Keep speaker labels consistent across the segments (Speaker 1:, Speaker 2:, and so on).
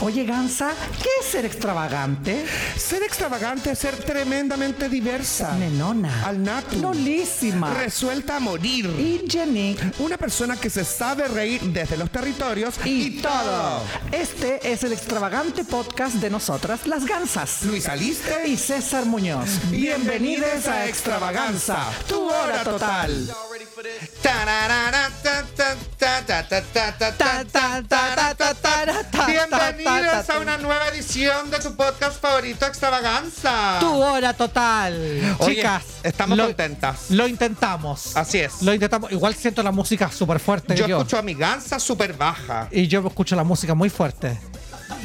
Speaker 1: Oye, Gansa, ¿qué es ser extravagante?
Speaker 2: Ser extravagante es ser tremendamente diversa.
Speaker 1: Nenona.
Speaker 2: Al nato.
Speaker 1: Lolísima.
Speaker 2: Resuelta a morir.
Speaker 1: y Jenny.
Speaker 2: Una persona que se sabe reír desde los territorios y, todo.
Speaker 1: Este es el extravagante podcast de nosotras, las Gansas.
Speaker 2: Luis Aliste
Speaker 1: Y César Muñoz.
Speaker 2: Bienvenides a Extravaganza, tu hora total. Tarara, ta, ta, ta, ta, ta, ta, ta, ta, ta, ta, ta, ta. Bienvenidos a una nueva edición de tu podcast favorito, Extravaganza.
Speaker 3: Tu hora total.
Speaker 2: Oye,
Speaker 3: Chicas.
Speaker 2: estamos
Speaker 3: lo-
Speaker 2: contentas.
Speaker 3: Lo intentamos.
Speaker 2: Así es.
Speaker 3: Lo intentamos. Igual siento la música súper fuerte.
Speaker 2: Yo
Speaker 3: Yo,
Speaker 2: escucho a mi gansa súper baja.
Speaker 3: Y yo escucho la música muy fuerte.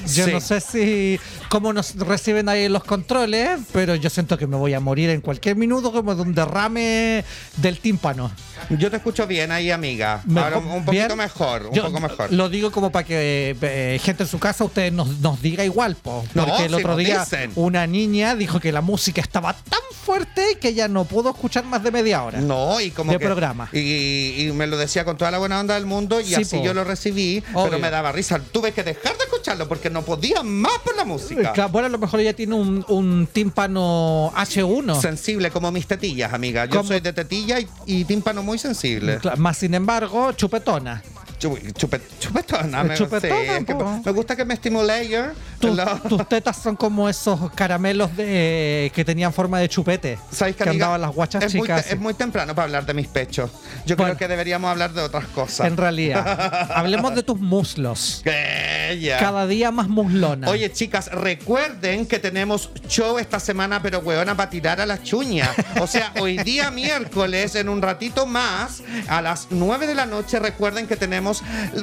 Speaker 3: Yo
Speaker 2: Sí.
Speaker 3: no sé si cómo nos reciben ahí los controles, pero yo siento que me voy a morir en cualquier minuto como de un derrame del tímpano.
Speaker 2: Yo te escucho bien ahí, amiga. Ahora un, un poquito
Speaker 3: bien.
Speaker 2: mejor, un
Speaker 3: Yo
Speaker 2: poco mejor.
Speaker 3: Lo digo como para que eh, gente en su casa ustedes nos, nos diga igual, po.
Speaker 2: No,
Speaker 3: Porque el
Speaker 2: si
Speaker 3: otro
Speaker 2: nos
Speaker 3: día
Speaker 2: dicen.
Speaker 3: una niña dijo que la música estaba tan fuerte que ella no pudo escuchar más de media hora.
Speaker 2: No, y como
Speaker 3: De
Speaker 2: que-
Speaker 3: programa.
Speaker 2: Y, y me lo decía con toda la buena onda del mundo y
Speaker 3: Sí,
Speaker 2: así
Speaker 3: po.
Speaker 2: yo lo recibí, pero
Speaker 3: Obvio.
Speaker 2: me daba risa. Tuve que dejar de escucharlo porque no podía más por la música.
Speaker 3: Eh, Claro, bueno, a lo mejor ella tiene un, un tímpano H1.
Speaker 2: Sensible como mis tetillas, amiga. Yo
Speaker 3: ¿Cómo?
Speaker 2: soy de tetilla y, y tímpano muy sensible.
Speaker 3: Cla- Más sin embargo, chupetona.
Speaker 2: Chu- chupe- chupetona, me,
Speaker 3: Eh, Chupetona,
Speaker 2: sí, es que
Speaker 3: po.
Speaker 2: me gusta que me estimule. yo.
Speaker 3: Tus-
Speaker 2: Lo-
Speaker 3: Tus tetas son como esos caramelos de, que tenían forma de chupete.
Speaker 2: ¿Sabes qué,
Speaker 3: que
Speaker 2: amiga?
Speaker 3: andaban las guachas
Speaker 2: es Muy
Speaker 3: chicas.
Speaker 2: te- es muy temprano para hablar de mis pechos. Yo creo
Speaker 3: Bueno.
Speaker 2: que deberíamos hablar de otras cosas.
Speaker 3: en realidad. Hablemos de tus muslos.
Speaker 2: Que ya.
Speaker 3: Cada día más muslona.
Speaker 2: Oye, chicas, recuerden que tenemos show esta semana, pero huevona para tirar a las chuñas. O sea, hoy día miércoles, en un ratito más, a las 9 de la noche, recuerden que tenemos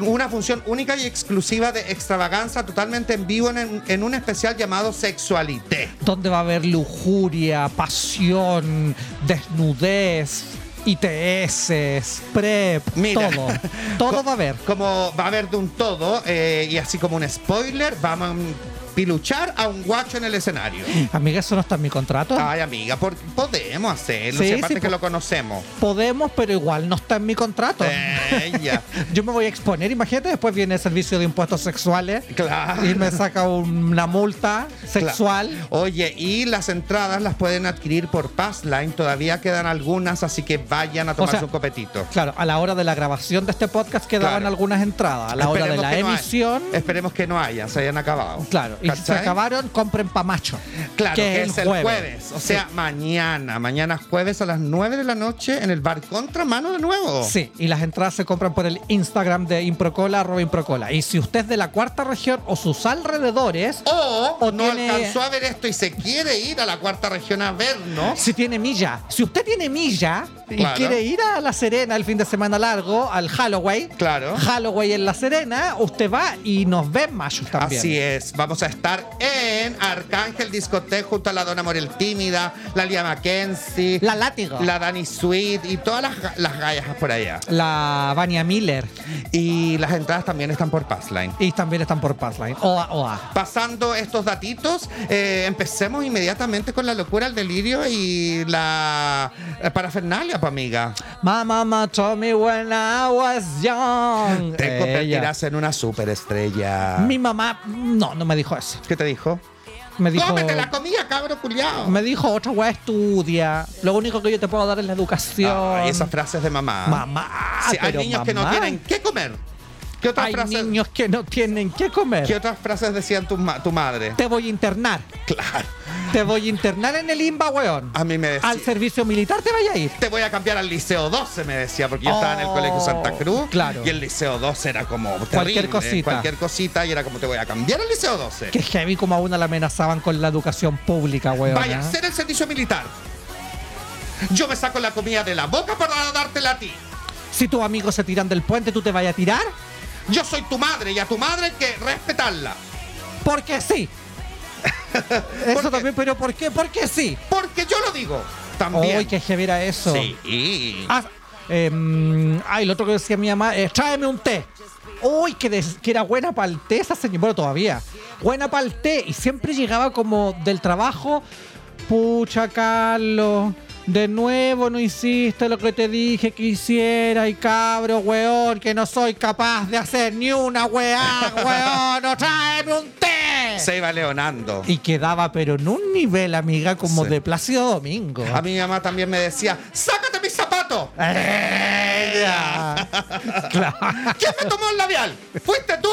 Speaker 2: una función única y exclusiva de extravaganza totalmente en vivo en, en un especial llamado Sexualité.
Speaker 3: donde va a haber lujuria, pasión, desnudez, ITS, prep,
Speaker 2: Mira.
Speaker 3: todo. Todo va a haber.
Speaker 2: Como va a haber de un todo, eh, y así como un spoiler, vamos a piluchar a un guacho en el escenario.
Speaker 3: Amiga, eso no está en mi contrato.
Speaker 2: Ay, amiga, por- podemos hacerlo,
Speaker 3: Sí,
Speaker 2: si
Speaker 3: sí,
Speaker 2: aparte que
Speaker 3: po-
Speaker 2: lo conocemos.
Speaker 3: Podemos, pero igual no está en mi contrato.
Speaker 2: Eh. Ella.
Speaker 3: Yo me voy a exponer, imagínate, después viene el servicio de impuestos sexuales
Speaker 2: Claro.
Speaker 3: y me saca una multa sexual.
Speaker 2: Claro. Oye, y las entradas las pueden adquirir por Passline. Todavía quedan algunas, así que vayan a tomarse
Speaker 3: sea,
Speaker 2: un copetito.
Speaker 3: Claro, a la hora de la grabación de este podcast quedaban
Speaker 2: Claro.
Speaker 3: algunas entradas. A la hora de
Speaker 2: Esperemos
Speaker 3: la
Speaker 2: que no hay-
Speaker 3: emisión,
Speaker 2: esperemos que no hayan, se hayan acabado.
Speaker 3: claro. Y si se
Speaker 2: ¿Cachai?
Speaker 3: acabaron, compren pamacho.
Speaker 2: Claro, que es el jueves. O sea, mañana. Mañana jueves a las 9 de la noche en el bar Contramano de nuevo.
Speaker 3: Sí, y las entradas se compran por el Instagram de Improcola, arroba Improcola. Y si usted es de la cuarta región o sus alrededores,
Speaker 2: O,
Speaker 3: O
Speaker 2: no
Speaker 3: tiene-
Speaker 2: alcanzó a ver esto y se quiere ir a la cuarta región a vernos.
Speaker 3: si tiene milla, si usted tiene milla y
Speaker 2: Claro.
Speaker 3: quiere ir a La Serena el fin de semana largo, al Halloween,
Speaker 2: Claro.
Speaker 3: Halloween en La Serena, usted va y nos ve en mayo también.
Speaker 2: Así es, vamos a estar en Arcángel Discoteca junto a la Dona Morel Tímida, la Lia Mackenzie,
Speaker 3: La Látigo, la,
Speaker 2: la Dani Sweet y todas las, ga- las gallas por allá.
Speaker 3: Vania Miller,
Speaker 2: Y las entradas también están por Passline.
Speaker 3: y también están por Passline. OA, OA.
Speaker 2: Pasando estos datitos, eh, empecemos inmediatamente con la locura, el delirio y la eh, parafernalia, pa' amiga.
Speaker 3: My mama told me when I was young.
Speaker 2: Te
Speaker 3: Ella.
Speaker 2: convertirás en una superestrella.
Speaker 3: Mi mamá, no, no me dijo eso.
Speaker 2: ¿Qué te dijo?
Speaker 3: Me dijo.
Speaker 2: ¡Cómete la comida, cabro culiao!
Speaker 3: Me dijo, otra weá estudia. Lo único que yo te puedo dar es la educación.
Speaker 2: Ay, esas frases de mamá.
Speaker 3: Mamá.
Speaker 2: Ah, Sí, hay
Speaker 3: pero
Speaker 2: niños que no
Speaker 3: mamá.
Speaker 2: tienen qué comer. ¿Qué otras,
Speaker 3: Hay
Speaker 2: frases,
Speaker 3: niños que no tienen qué comer.
Speaker 2: ¿qué otras frases decían tu, ma- tu madre?
Speaker 3: Te voy a internar.
Speaker 2: Claro.
Speaker 3: Te voy a internar en el IMBA, weón.
Speaker 2: A mí me decía.
Speaker 3: Al servicio militar te vaya a ir.
Speaker 2: te voy a cambiar al Liceo 12, me decía, porque yo estaba en el
Speaker 3: Oh,
Speaker 2: Colegio Santa Cruz.
Speaker 3: claro.
Speaker 2: Y el Liceo 12 era como terrible, ¿eh?
Speaker 3: cosita.
Speaker 2: Cualquier cosita, y era como te voy a cambiar al Liceo 12.
Speaker 3: Que heavy como a una la amenazaban con la educación pública, weón. ¿eh?
Speaker 2: Vaya a hacer el servicio militar. Yo me saco la comida de la boca para dártela a ti.
Speaker 3: Si tus amigos se tiran del puente, tú te vayas a tirar.
Speaker 2: Yo soy tu madre y a tu madre hay que respetarla.
Speaker 3: Porque sí. Eso
Speaker 2: Porque-
Speaker 3: también, pero ¿por qué? Porque sí.
Speaker 2: Porque yo lo digo. También.
Speaker 3: Uy, que heavy era eso.
Speaker 2: Sí.
Speaker 3: Ah, em, ay, lo otro que decía mi mamá es, tráeme un té. Uy, que, des- que era buena para el té esa señora, bueno, todavía. Buena para el té. Y siempre llegaba como del trabajo, pucha, Carlos. De nuevo no hiciste lo que te dije que hiciera y cabro, weón, que no soy capaz de hacer ni una weá, weón, no tráeme un té.
Speaker 2: se iba leonando.
Speaker 3: Y quedaba, pero en un nivel, amiga, como
Speaker 2: Sí.
Speaker 3: de Plácido Domingo.
Speaker 2: A mi mamá también me decía, ¡sácate mis zapatos!
Speaker 3: ¡Ella! claro.
Speaker 2: ¿Quién me tomó el labial? ¿Fuiste tú?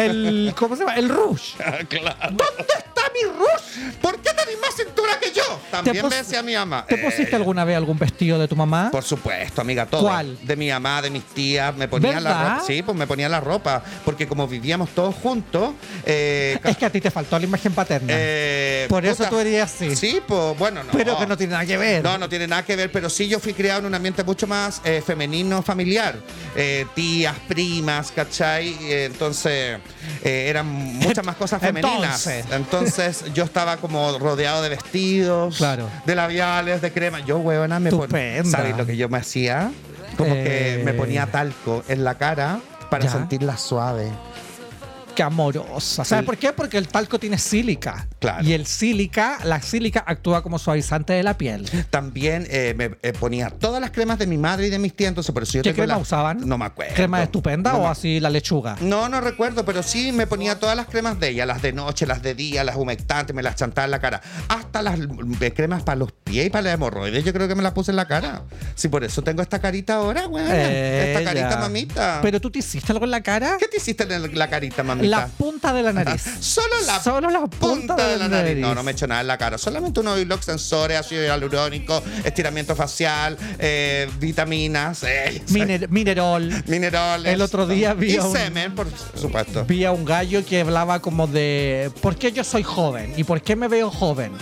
Speaker 3: El, ¿Cómo se llama? El Rush.
Speaker 2: claro.
Speaker 3: ¿Dónde está mi Rush?
Speaker 2: ¿Por qué tenés más cintura que yo?
Speaker 3: ¿Te
Speaker 2: También
Speaker 3: pos-
Speaker 2: me decía mi mamá.
Speaker 3: ¿Te
Speaker 2: Eh,
Speaker 3: pusiste alguna vez algún vestido de tu mamá?
Speaker 2: Por supuesto, amiga, todo.
Speaker 3: ¿Cuál?
Speaker 2: De mi mamá, de mis tías, me ponía la
Speaker 3: ¿Verdad?
Speaker 2: ropa. Sí, pues me ponía la ropa. Porque como vivíamos todos juntos, eh,
Speaker 3: Es que a ti te faltó la imagen paterna.
Speaker 2: eh,
Speaker 3: Por eso tú eres así.
Speaker 2: Sí, pues bueno, no.
Speaker 3: pero que no tiene nada que ver.
Speaker 2: No, no tiene nada que ver, pero sí yo fui criado en un ambiente mucho más eh, femenino, familiar. Eh, tías, primas, ¿cachai? Eh, entonces eh, eran muchas más cosas femeninas.
Speaker 3: Entonces.
Speaker 2: Entonces. yo estaba como rodeado de vestidos,
Speaker 3: Claro.
Speaker 2: de labiales, de crema. Yo, huevona, me pon-
Speaker 3: Estupenda.
Speaker 2: ¿Sabes lo que yo me hacía? Como
Speaker 3: Eh.
Speaker 2: que me ponía talco en la cara para
Speaker 3: Ya.
Speaker 2: sentirla suave.
Speaker 3: Qué amorosa. ¿Sabes
Speaker 2: El-
Speaker 3: por qué? Porque el talco tiene sílica.
Speaker 2: Claro.
Speaker 3: Y el sílica, la sílica actúa como suavizante de la piel.
Speaker 2: También eh, me eh, ponía todas las cremas de mi madre y de mis tías, entonces por eso yo
Speaker 3: ¿Qué
Speaker 2: tengo
Speaker 3: crema
Speaker 2: la-
Speaker 3: usaban?
Speaker 2: No me acuerdo.
Speaker 3: ¿Crema estupenda
Speaker 2: No
Speaker 3: o
Speaker 2: me
Speaker 3: así la lechuga?
Speaker 2: No, no recuerdo, pero sí me ponía todas las cremas de ella, las de noche, las de día, las humectantes, me las chantaba en la cara. Hasta las mm, cremas para los pies y para la hemorroides, yo creo que me las puse en la cara. Sí, por eso tengo esta carita ahora, güey. Esta
Speaker 3: Ella.
Speaker 2: carita, mamita.
Speaker 3: ¿Pero tú te hiciste algo en la cara?
Speaker 2: ¿Qué te hiciste en el- la carita, mamita?
Speaker 3: La punta de la nariz.
Speaker 2: Solo la,
Speaker 3: Solo la punta de la nariz.
Speaker 2: No, no me he hecho nada en la cara. Solamente unos blogs sensores, ácido hialurónico, estiramiento facial, eh, vitaminas, eh,
Speaker 3: Miner- minerol.
Speaker 2: minerales.
Speaker 3: El otro día vi
Speaker 2: Y
Speaker 3: a un-
Speaker 2: semen, por supuesto.
Speaker 3: vi a un gallo que hablaba como de por qué yo soy joven y por qué me veo joven.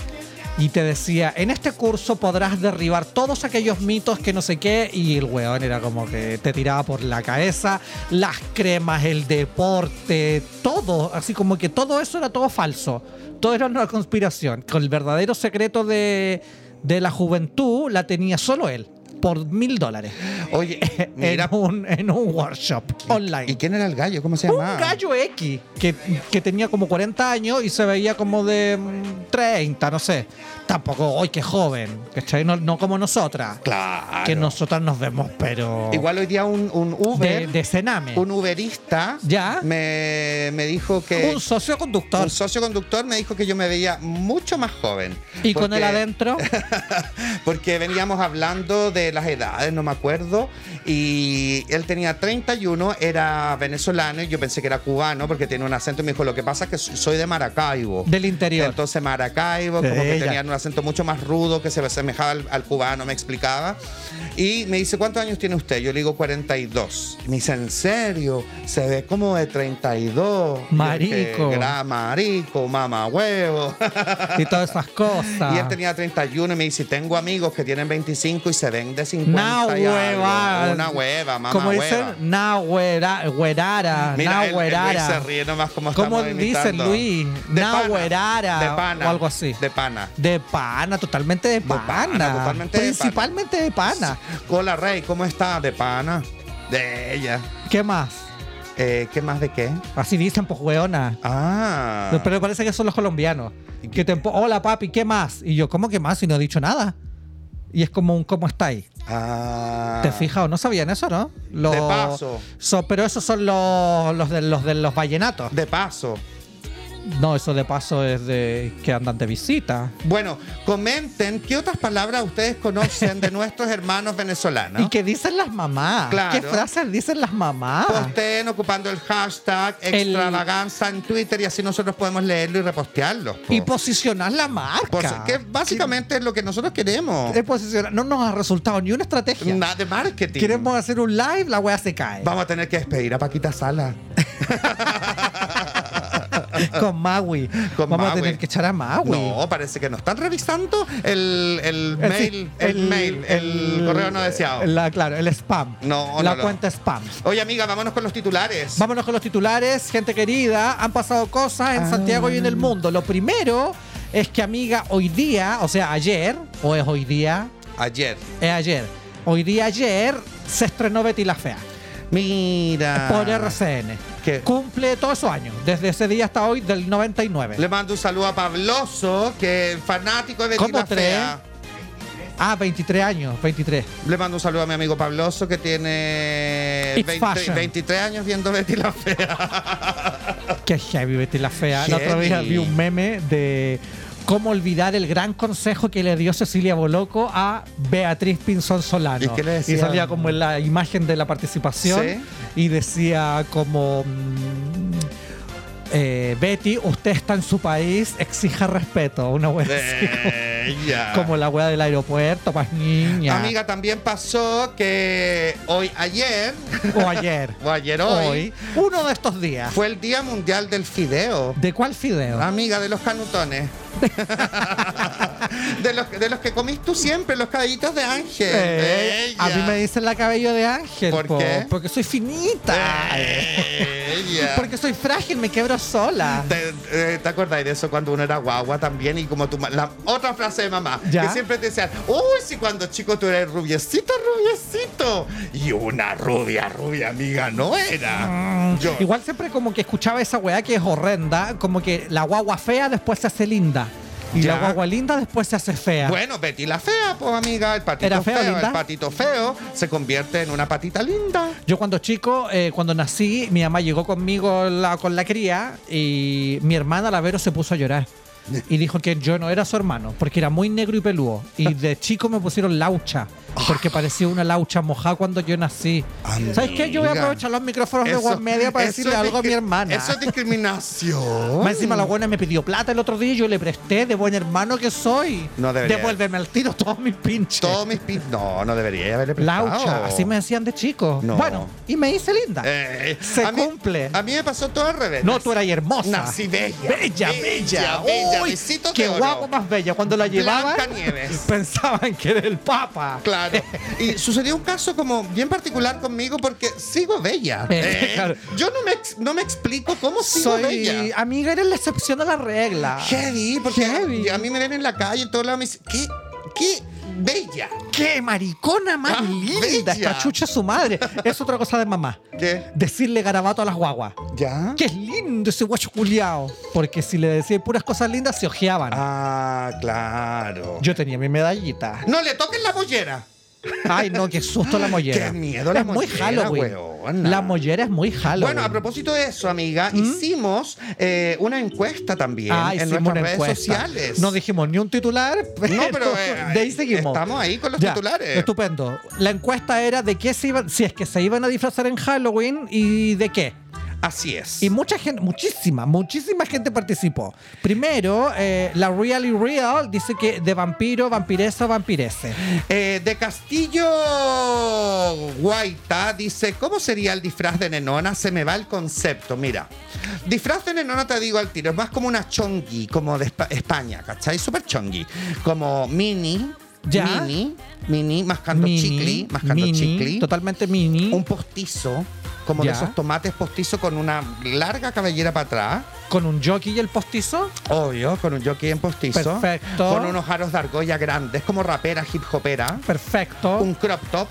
Speaker 3: Y te decía, en este curso podrás derribar todos aquellos mitos que no sé qué. Y el weón era como que te tiraba por la cabeza, las cremas, el deporte, todo. Así como que todo eso era todo falso. Todo era una conspiración. Con el verdadero secreto de, de la juventud la tenía solo él. Por mil dólares.
Speaker 2: Oye, mira,
Speaker 3: En un, en un workshop online.
Speaker 2: ¿Y quién era el gallo? ¿Cómo se
Speaker 3: Un
Speaker 2: llamaba?
Speaker 3: gallo X que, que tenía como 40 años y se veía como de mm, 30, no sé. Tampoco, hoy qué joven, ¿cachai? No, no como nosotras,
Speaker 2: Claro.
Speaker 3: que nosotras nos vemos, pero.
Speaker 2: Igual hoy día un, un
Speaker 3: de,
Speaker 2: Uber,
Speaker 3: de cename.
Speaker 2: un
Speaker 3: Un,
Speaker 2: Uberista,
Speaker 3: Ya.
Speaker 2: Me, me dijo que.
Speaker 3: socio conductor.
Speaker 2: un socio conductor me dijo que yo me veía mucho más joven.
Speaker 3: y con él
Speaker 2: Porque-
Speaker 3: adentro.
Speaker 2: Porque veníamos hablando de las edades, no me acuerdo. Y él tenía 31, era venezolano y yo pensé que era cubano porque tiene un acento. Y me dijo: Lo que pasa es que soy de Maracaibo.
Speaker 3: Del interior.
Speaker 2: Entonces Maracaibo,
Speaker 3: De
Speaker 2: como que
Speaker 3: ella.
Speaker 2: tenían un acento mucho más rudo que se asemejaba al, al cubano, me explicaba. Y me dice, ¿cuántos años tiene usted? Yo le digo 42. Y me dice, ¿en serio? Se ve como de 32. Y yo dije,
Speaker 3: Marico.
Speaker 2: "Gra- marico, mamá huevo.
Speaker 3: y todas esas cosas.
Speaker 2: Y él tenía 31 y me dice, tengo amigos que tienen 25 y se ven de 50
Speaker 3: Una
Speaker 2: y algo".
Speaker 3: hueva.
Speaker 2: Una hueva, mamá
Speaker 3: Como
Speaker 2: hueva.
Speaker 3: dicen, na huera- huerara, na
Speaker 2: Mira, él- él, Luis se
Speaker 3: huerara.
Speaker 2: ríe nomás como
Speaker 3: ¿Cómo
Speaker 2: estamos
Speaker 3: dice
Speaker 2: imitando.
Speaker 3: Luis?
Speaker 2: De
Speaker 3: Na
Speaker 2: pana,
Speaker 3: huerara,
Speaker 2: de pana,
Speaker 3: o algo así.
Speaker 2: De pana.
Speaker 3: De pana, totalmente de pana.
Speaker 2: pana, totalmente de pana.
Speaker 3: principalmente de pana.
Speaker 2: Hola Rey, ¿cómo está? De pana. De ella.
Speaker 3: ¿Qué más?
Speaker 2: Eh, ¿Qué más de qué?
Speaker 3: Así dicen, pues, weona.
Speaker 2: Ah.
Speaker 3: Pero parece que son los colombianos.
Speaker 2: ¿Y
Speaker 3: Que te empo- Hola, papi, ¿qué más? Y yo, ¿cómo que más? Y no he dicho nada. Y es como un ¿cómo estáis?
Speaker 2: Ah.
Speaker 3: ¿Te fijas o no sabían eso, no? Los-
Speaker 2: De paso.
Speaker 3: so- pero esos son los, los, de, los de los vallenatos.
Speaker 2: De paso.
Speaker 3: No, eso de paso es de que andan de visita.
Speaker 2: Bueno, comenten qué otras palabras ustedes conocen de nuestros hermanos venezolanos.
Speaker 3: ¿Y qué dicen las mamás?
Speaker 2: Claro.
Speaker 3: ¿Qué frases dicen las mamás?
Speaker 2: Posteen ocupando el hashtag
Speaker 3: El-
Speaker 2: extravaganza en Twitter y así nosotros podemos leerlo y repostearlo. po.
Speaker 3: Y posicionar la marca.
Speaker 2: Pues, que básicamente es lo que nosotros queremos.
Speaker 3: Es posicionar- No nos ha resultado ni una estrategia.
Speaker 2: Nada de marketing.
Speaker 3: Queremos hacer un live, la weá se cae.
Speaker 2: Vamos a tener que despedir a Paquita Sala.
Speaker 3: Con Maui.
Speaker 2: Con
Speaker 3: Vamos a
Speaker 2: Maui.
Speaker 3: tener que echar a Maui.
Speaker 2: No, parece que no están revisando el, el
Speaker 3: Eh,
Speaker 2: mail, el, mail, el, correo no deseado.
Speaker 3: la- claro, el spam.
Speaker 2: No,
Speaker 3: la
Speaker 2: no, no.
Speaker 3: cuenta spam.
Speaker 2: Oye, amiga, vámonos con los titulares.
Speaker 3: Vámonos con los titulares, gente querida. Han pasado cosas en Santiago y en el mundo. Lo primero es que, amiga, hoy día, o sea, ayer, o es hoy día,
Speaker 2: Ayer.
Speaker 3: es ayer. Hoy día, ayer, se estrenó Betty la Fea.
Speaker 2: Mira.
Speaker 3: por RCN.
Speaker 2: Ah. ¿Qué?
Speaker 3: Cumple todos esos años, desde ese día hasta hoy, del 99.
Speaker 2: Le mando un saludo a Pabloso, que es fanático de Betty
Speaker 3: ¿Cómo
Speaker 2: la
Speaker 3: tres?
Speaker 2: Fea.
Speaker 3: ah, 23 años, 23.
Speaker 2: Le mando un saludo a mi amigo Pabloso, que tiene
Speaker 3: It's
Speaker 2: 20
Speaker 3: fashion.
Speaker 2: 23 años viendo Betty la Fea.
Speaker 3: Qué heavy, Betty la Fea. La otra vez
Speaker 2: Heavy.
Speaker 3: vi un meme de cómo olvidar el gran consejo que le dio Cecilia Boloco a Beatriz Pinzón Solano.
Speaker 2: ¿Y qué le decía?
Speaker 3: salía como en la imagen de la participación
Speaker 2: Sí.
Speaker 3: y decía como... mm, eh, Betty, usted está en su país, exija respeto. Una wea así,
Speaker 2: Ella.
Speaker 3: como la wea del aeropuerto, más niña.
Speaker 2: Amiga, también pasó que hoy, ayer,
Speaker 3: O ayer.
Speaker 2: o ayer hoy,
Speaker 3: Uno de estos días.
Speaker 2: fue el Día Mundial del Fideo.
Speaker 3: ¿De cuál fideo?
Speaker 2: Amiga de los canutones. de, los, de los que comís tú siempre, los cabellitos de ángel.
Speaker 3: Eh, a
Speaker 2: Ella.
Speaker 3: mí me dicen la cabello de ángel.
Speaker 2: ¿Por qué? Eh,
Speaker 3: Porque soy finita.
Speaker 2: Ella.
Speaker 3: Porque soy frágil, me quebro sola.
Speaker 2: ¿Te, eh, te acordáis de eso cuando uno era guagua también? Y como tu ma- la otra frase de mamá,
Speaker 3: ¿Ya?
Speaker 2: que siempre te decían, uy, si cuando chico tú eres rubiecito, rubiecito. Y una rubia, rubia amiga no
Speaker 3: Mm,
Speaker 2: era. Mm. Yo,
Speaker 3: Igual siempre como que escuchaba esa weá que es horrenda, como que la guagua fea después se hace linda. Y
Speaker 2: Ya.
Speaker 3: la guagua linda después se hace fea.
Speaker 2: bueno, Betty la fea, pues amiga, el patito
Speaker 3: ¿Era fea,
Speaker 2: feo,
Speaker 3: linda?
Speaker 2: el patito feo se convierte en una patita linda.
Speaker 3: Yo cuando chico, eh, cuando nací, mi mamá llegó conmigo la- con la cría y mi hermana, la Vero, se puso a llorar. Y dijo que yo no era su hermano, porque era muy negro y peludo. Y de chico me pusieron laucha, porque parecía una laucha mojada cuando yo nací.
Speaker 2: Amiga.
Speaker 3: ¿Sabes qué? Yo voy a aprovechar los micrófonos de One Media para
Speaker 2: eso
Speaker 3: decirle
Speaker 2: es
Speaker 3: algo a mi
Speaker 2: discri-
Speaker 3: hermana.
Speaker 2: Eso es discriminación.
Speaker 3: Más encima la buena me pidió plata el otro día y yo le presté de buen hermano que soy.
Speaker 2: No debería.
Speaker 3: Devuélveme al tiro todos mis pinches.
Speaker 2: Todos mis pin- No, no debería haberle prestado.
Speaker 3: Laucha, así me decían de chico.
Speaker 2: No.
Speaker 3: Bueno, y me hice linda.
Speaker 2: Eh,
Speaker 3: Se
Speaker 2: a mí-
Speaker 3: cumple.
Speaker 2: A mí me pasó todo al revés.
Speaker 3: No, tú eras hermosa.
Speaker 2: Nací bella.
Speaker 3: Bella, bella.
Speaker 2: bella,
Speaker 3: Uy,
Speaker 2: besitos
Speaker 3: qué
Speaker 2: de oro.
Speaker 3: guapo más bella. Cuando la llevaban,
Speaker 2: Blancanieves.
Speaker 3: pensaban que era el papa.
Speaker 2: Claro. Y sucedió un caso como bien particular conmigo porque sigo bella.
Speaker 3: Eh,
Speaker 2: Eh,
Speaker 3: claro.
Speaker 2: Yo no me, ex- no me explico cómo sigo
Speaker 3: Soy
Speaker 2: bella.
Speaker 3: amiga, eres la excepción a la regla.
Speaker 2: Heavy, porque
Speaker 3: Heavy.
Speaker 2: a mí me ven en la calle en todos lados me dicen, ¿qué? ¿Qué? Bella.
Speaker 3: ¡Qué maricona más
Speaker 2: Ah,
Speaker 3: linda!
Speaker 2: bella.
Speaker 3: Esta chucha es su madre. Es otra cosa de mamá.
Speaker 2: ¿Qué?
Speaker 3: Decirle garabato a las guaguas.
Speaker 2: ¿Ya?
Speaker 3: ¡Qué lindo ese guacho culiao! Porque si le decían puras cosas lindas, se ojeaban.
Speaker 2: Ah, claro.
Speaker 3: Yo tenía mi medallita.
Speaker 2: No le toquen la pollera.
Speaker 3: Ay, no, qué susto la mollera.
Speaker 2: Qué miedo la
Speaker 3: es muy
Speaker 2: mollera,
Speaker 3: Halloween.
Speaker 2: weona.
Speaker 3: La mollera es muy Halloween. ¿Mm?
Speaker 2: Bueno, a propósito de eso, amiga, hicimos eh, una encuesta también
Speaker 3: Ah,
Speaker 2: en
Speaker 3: hicimos
Speaker 2: nuestras
Speaker 3: una
Speaker 2: redes
Speaker 3: encuesta.
Speaker 2: sociales.
Speaker 3: No dijimos ni un titular, pero,
Speaker 2: No, pero, eh,
Speaker 3: de ahí seguimos.
Speaker 2: estamos ahí con los
Speaker 3: Ya,
Speaker 2: titulares.
Speaker 3: Estupendo. La encuesta era de qué se iban, si es que se iban a disfrazar en Halloween y de qué.
Speaker 2: Así es.
Speaker 3: Y mucha gente, muchísima, muchísima gente participó. Primero, eh, la Really Real dice que de vampiro, vampiresa, vampirese.
Speaker 2: Eh, de Castillo Guaita dice, ¿cómo sería el disfraz de Nenona? Se me va el concepto, mira. Disfraz de Nenona te digo al tiro, es más como una chongi, como de Espa- España, ¿cachai? Súper chongi. Como mini,
Speaker 3: Ya.
Speaker 2: mini, mini, mascando chicli, mascando
Speaker 3: mini,
Speaker 2: chicli.
Speaker 3: totalmente mini.
Speaker 2: Un postizo, como
Speaker 3: Ya.
Speaker 2: de esos tomates postizos con una larga cabellera para atrás.
Speaker 3: con un jockey y el postizo.
Speaker 2: Obvio, con un jockey en postizo.
Speaker 3: Perfecto.
Speaker 2: Con unos aros de argolla grandes, como rapera, hip hopera.
Speaker 3: Perfecto.
Speaker 2: Un crop top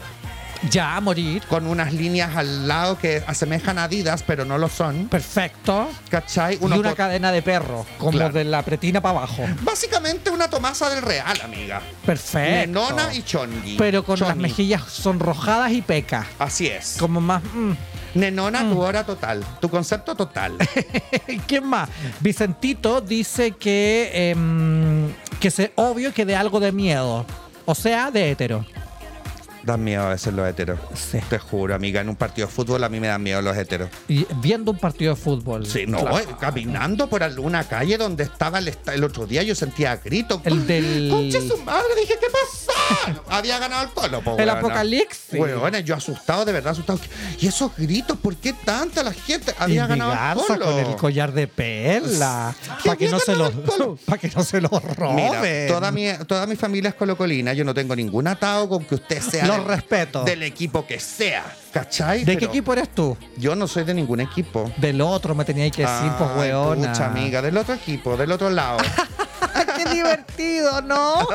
Speaker 3: Ya, a morir.
Speaker 2: con unas líneas al lado que asemejan a Adidas, pero no lo son.
Speaker 3: Perfecto.
Speaker 2: ¿Cachai?
Speaker 3: y
Speaker 2: Unos
Speaker 3: una
Speaker 2: bot-
Speaker 3: cadena de perro, como
Speaker 2: Claro.
Speaker 3: de la pretina para abajo.
Speaker 2: Básicamente una tomasa del real, amiga.
Speaker 3: Perfecto.
Speaker 2: Nenona y chongi.
Speaker 3: Pero con las
Speaker 2: Choni.
Speaker 3: mejillas sonrojadas y pecas.
Speaker 2: Así es.
Speaker 3: Como más. mm.
Speaker 2: Nenona, tu hora total. Tu concepto total.
Speaker 3: ¿Quién más? Vicentito dice que. em, que se obvio que de algo de miedo. O sea, de hétero.
Speaker 2: Dan miedo a veces los heteros.
Speaker 3: Sí.
Speaker 2: Te juro, amiga, en un partido de fútbol a mí me dan miedo los heteros.
Speaker 3: Y viendo un partido de fútbol.
Speaker 2: Sí, no,
Speaker 3: Claro.
Speaker 2: eh, caminando por al- una calle donde estaba el, esta- el otro día yo sentía gritos.
Speaker 3: El del-
Speaker 2: ¡Concha su madre! Dije, ¿qué pasó? Había ganado el polo, po,
Speaker 3: El
Speaker 2: weona.
Speaker 3: apocalipsis.
Speaker 2: Weona, yo asustado, de verdad asustado. ¿Y esos gritos? ¿Por qué tanta la gente?
Speaker 3: Y
Speaker 2: Había
Speaker 3: de
Speaker 2: ganado el
Speaker 3: Garza
Speaker 2: polo.
Speaker 3: con el collar de perla.
Speaker 2: Que
Speaker 3: Para que,
Speaker 2: había
Speaker 3: no se los
Speaker 2: ganado el polo.
Speaker 3: para que no se los roben.
Speaker 2: Mira, toda mi, toda mi familia es colocolina. Yo no tengo ningún atado con que usted sea
Speaker 3: Los
Speaker 2: del-
Speaker 3: respeto.
Speaker 2: del equipo que sea. ¿Cachai?
Speaker 3: ¿De qué
Speaker 2: Pero
Speaker 3: equipo eres tú?
Speaker 2: Yo no soy de ningún equipo.
Speaker 3: Del otro me tenía que decir, pues,
Speaker 2: Ay,
Speaker 3: weona.
Speaker 2: pucha, amiga, del otro equipo, del otro lado.
Speaker 3: ¿A quién divertido, ¿no?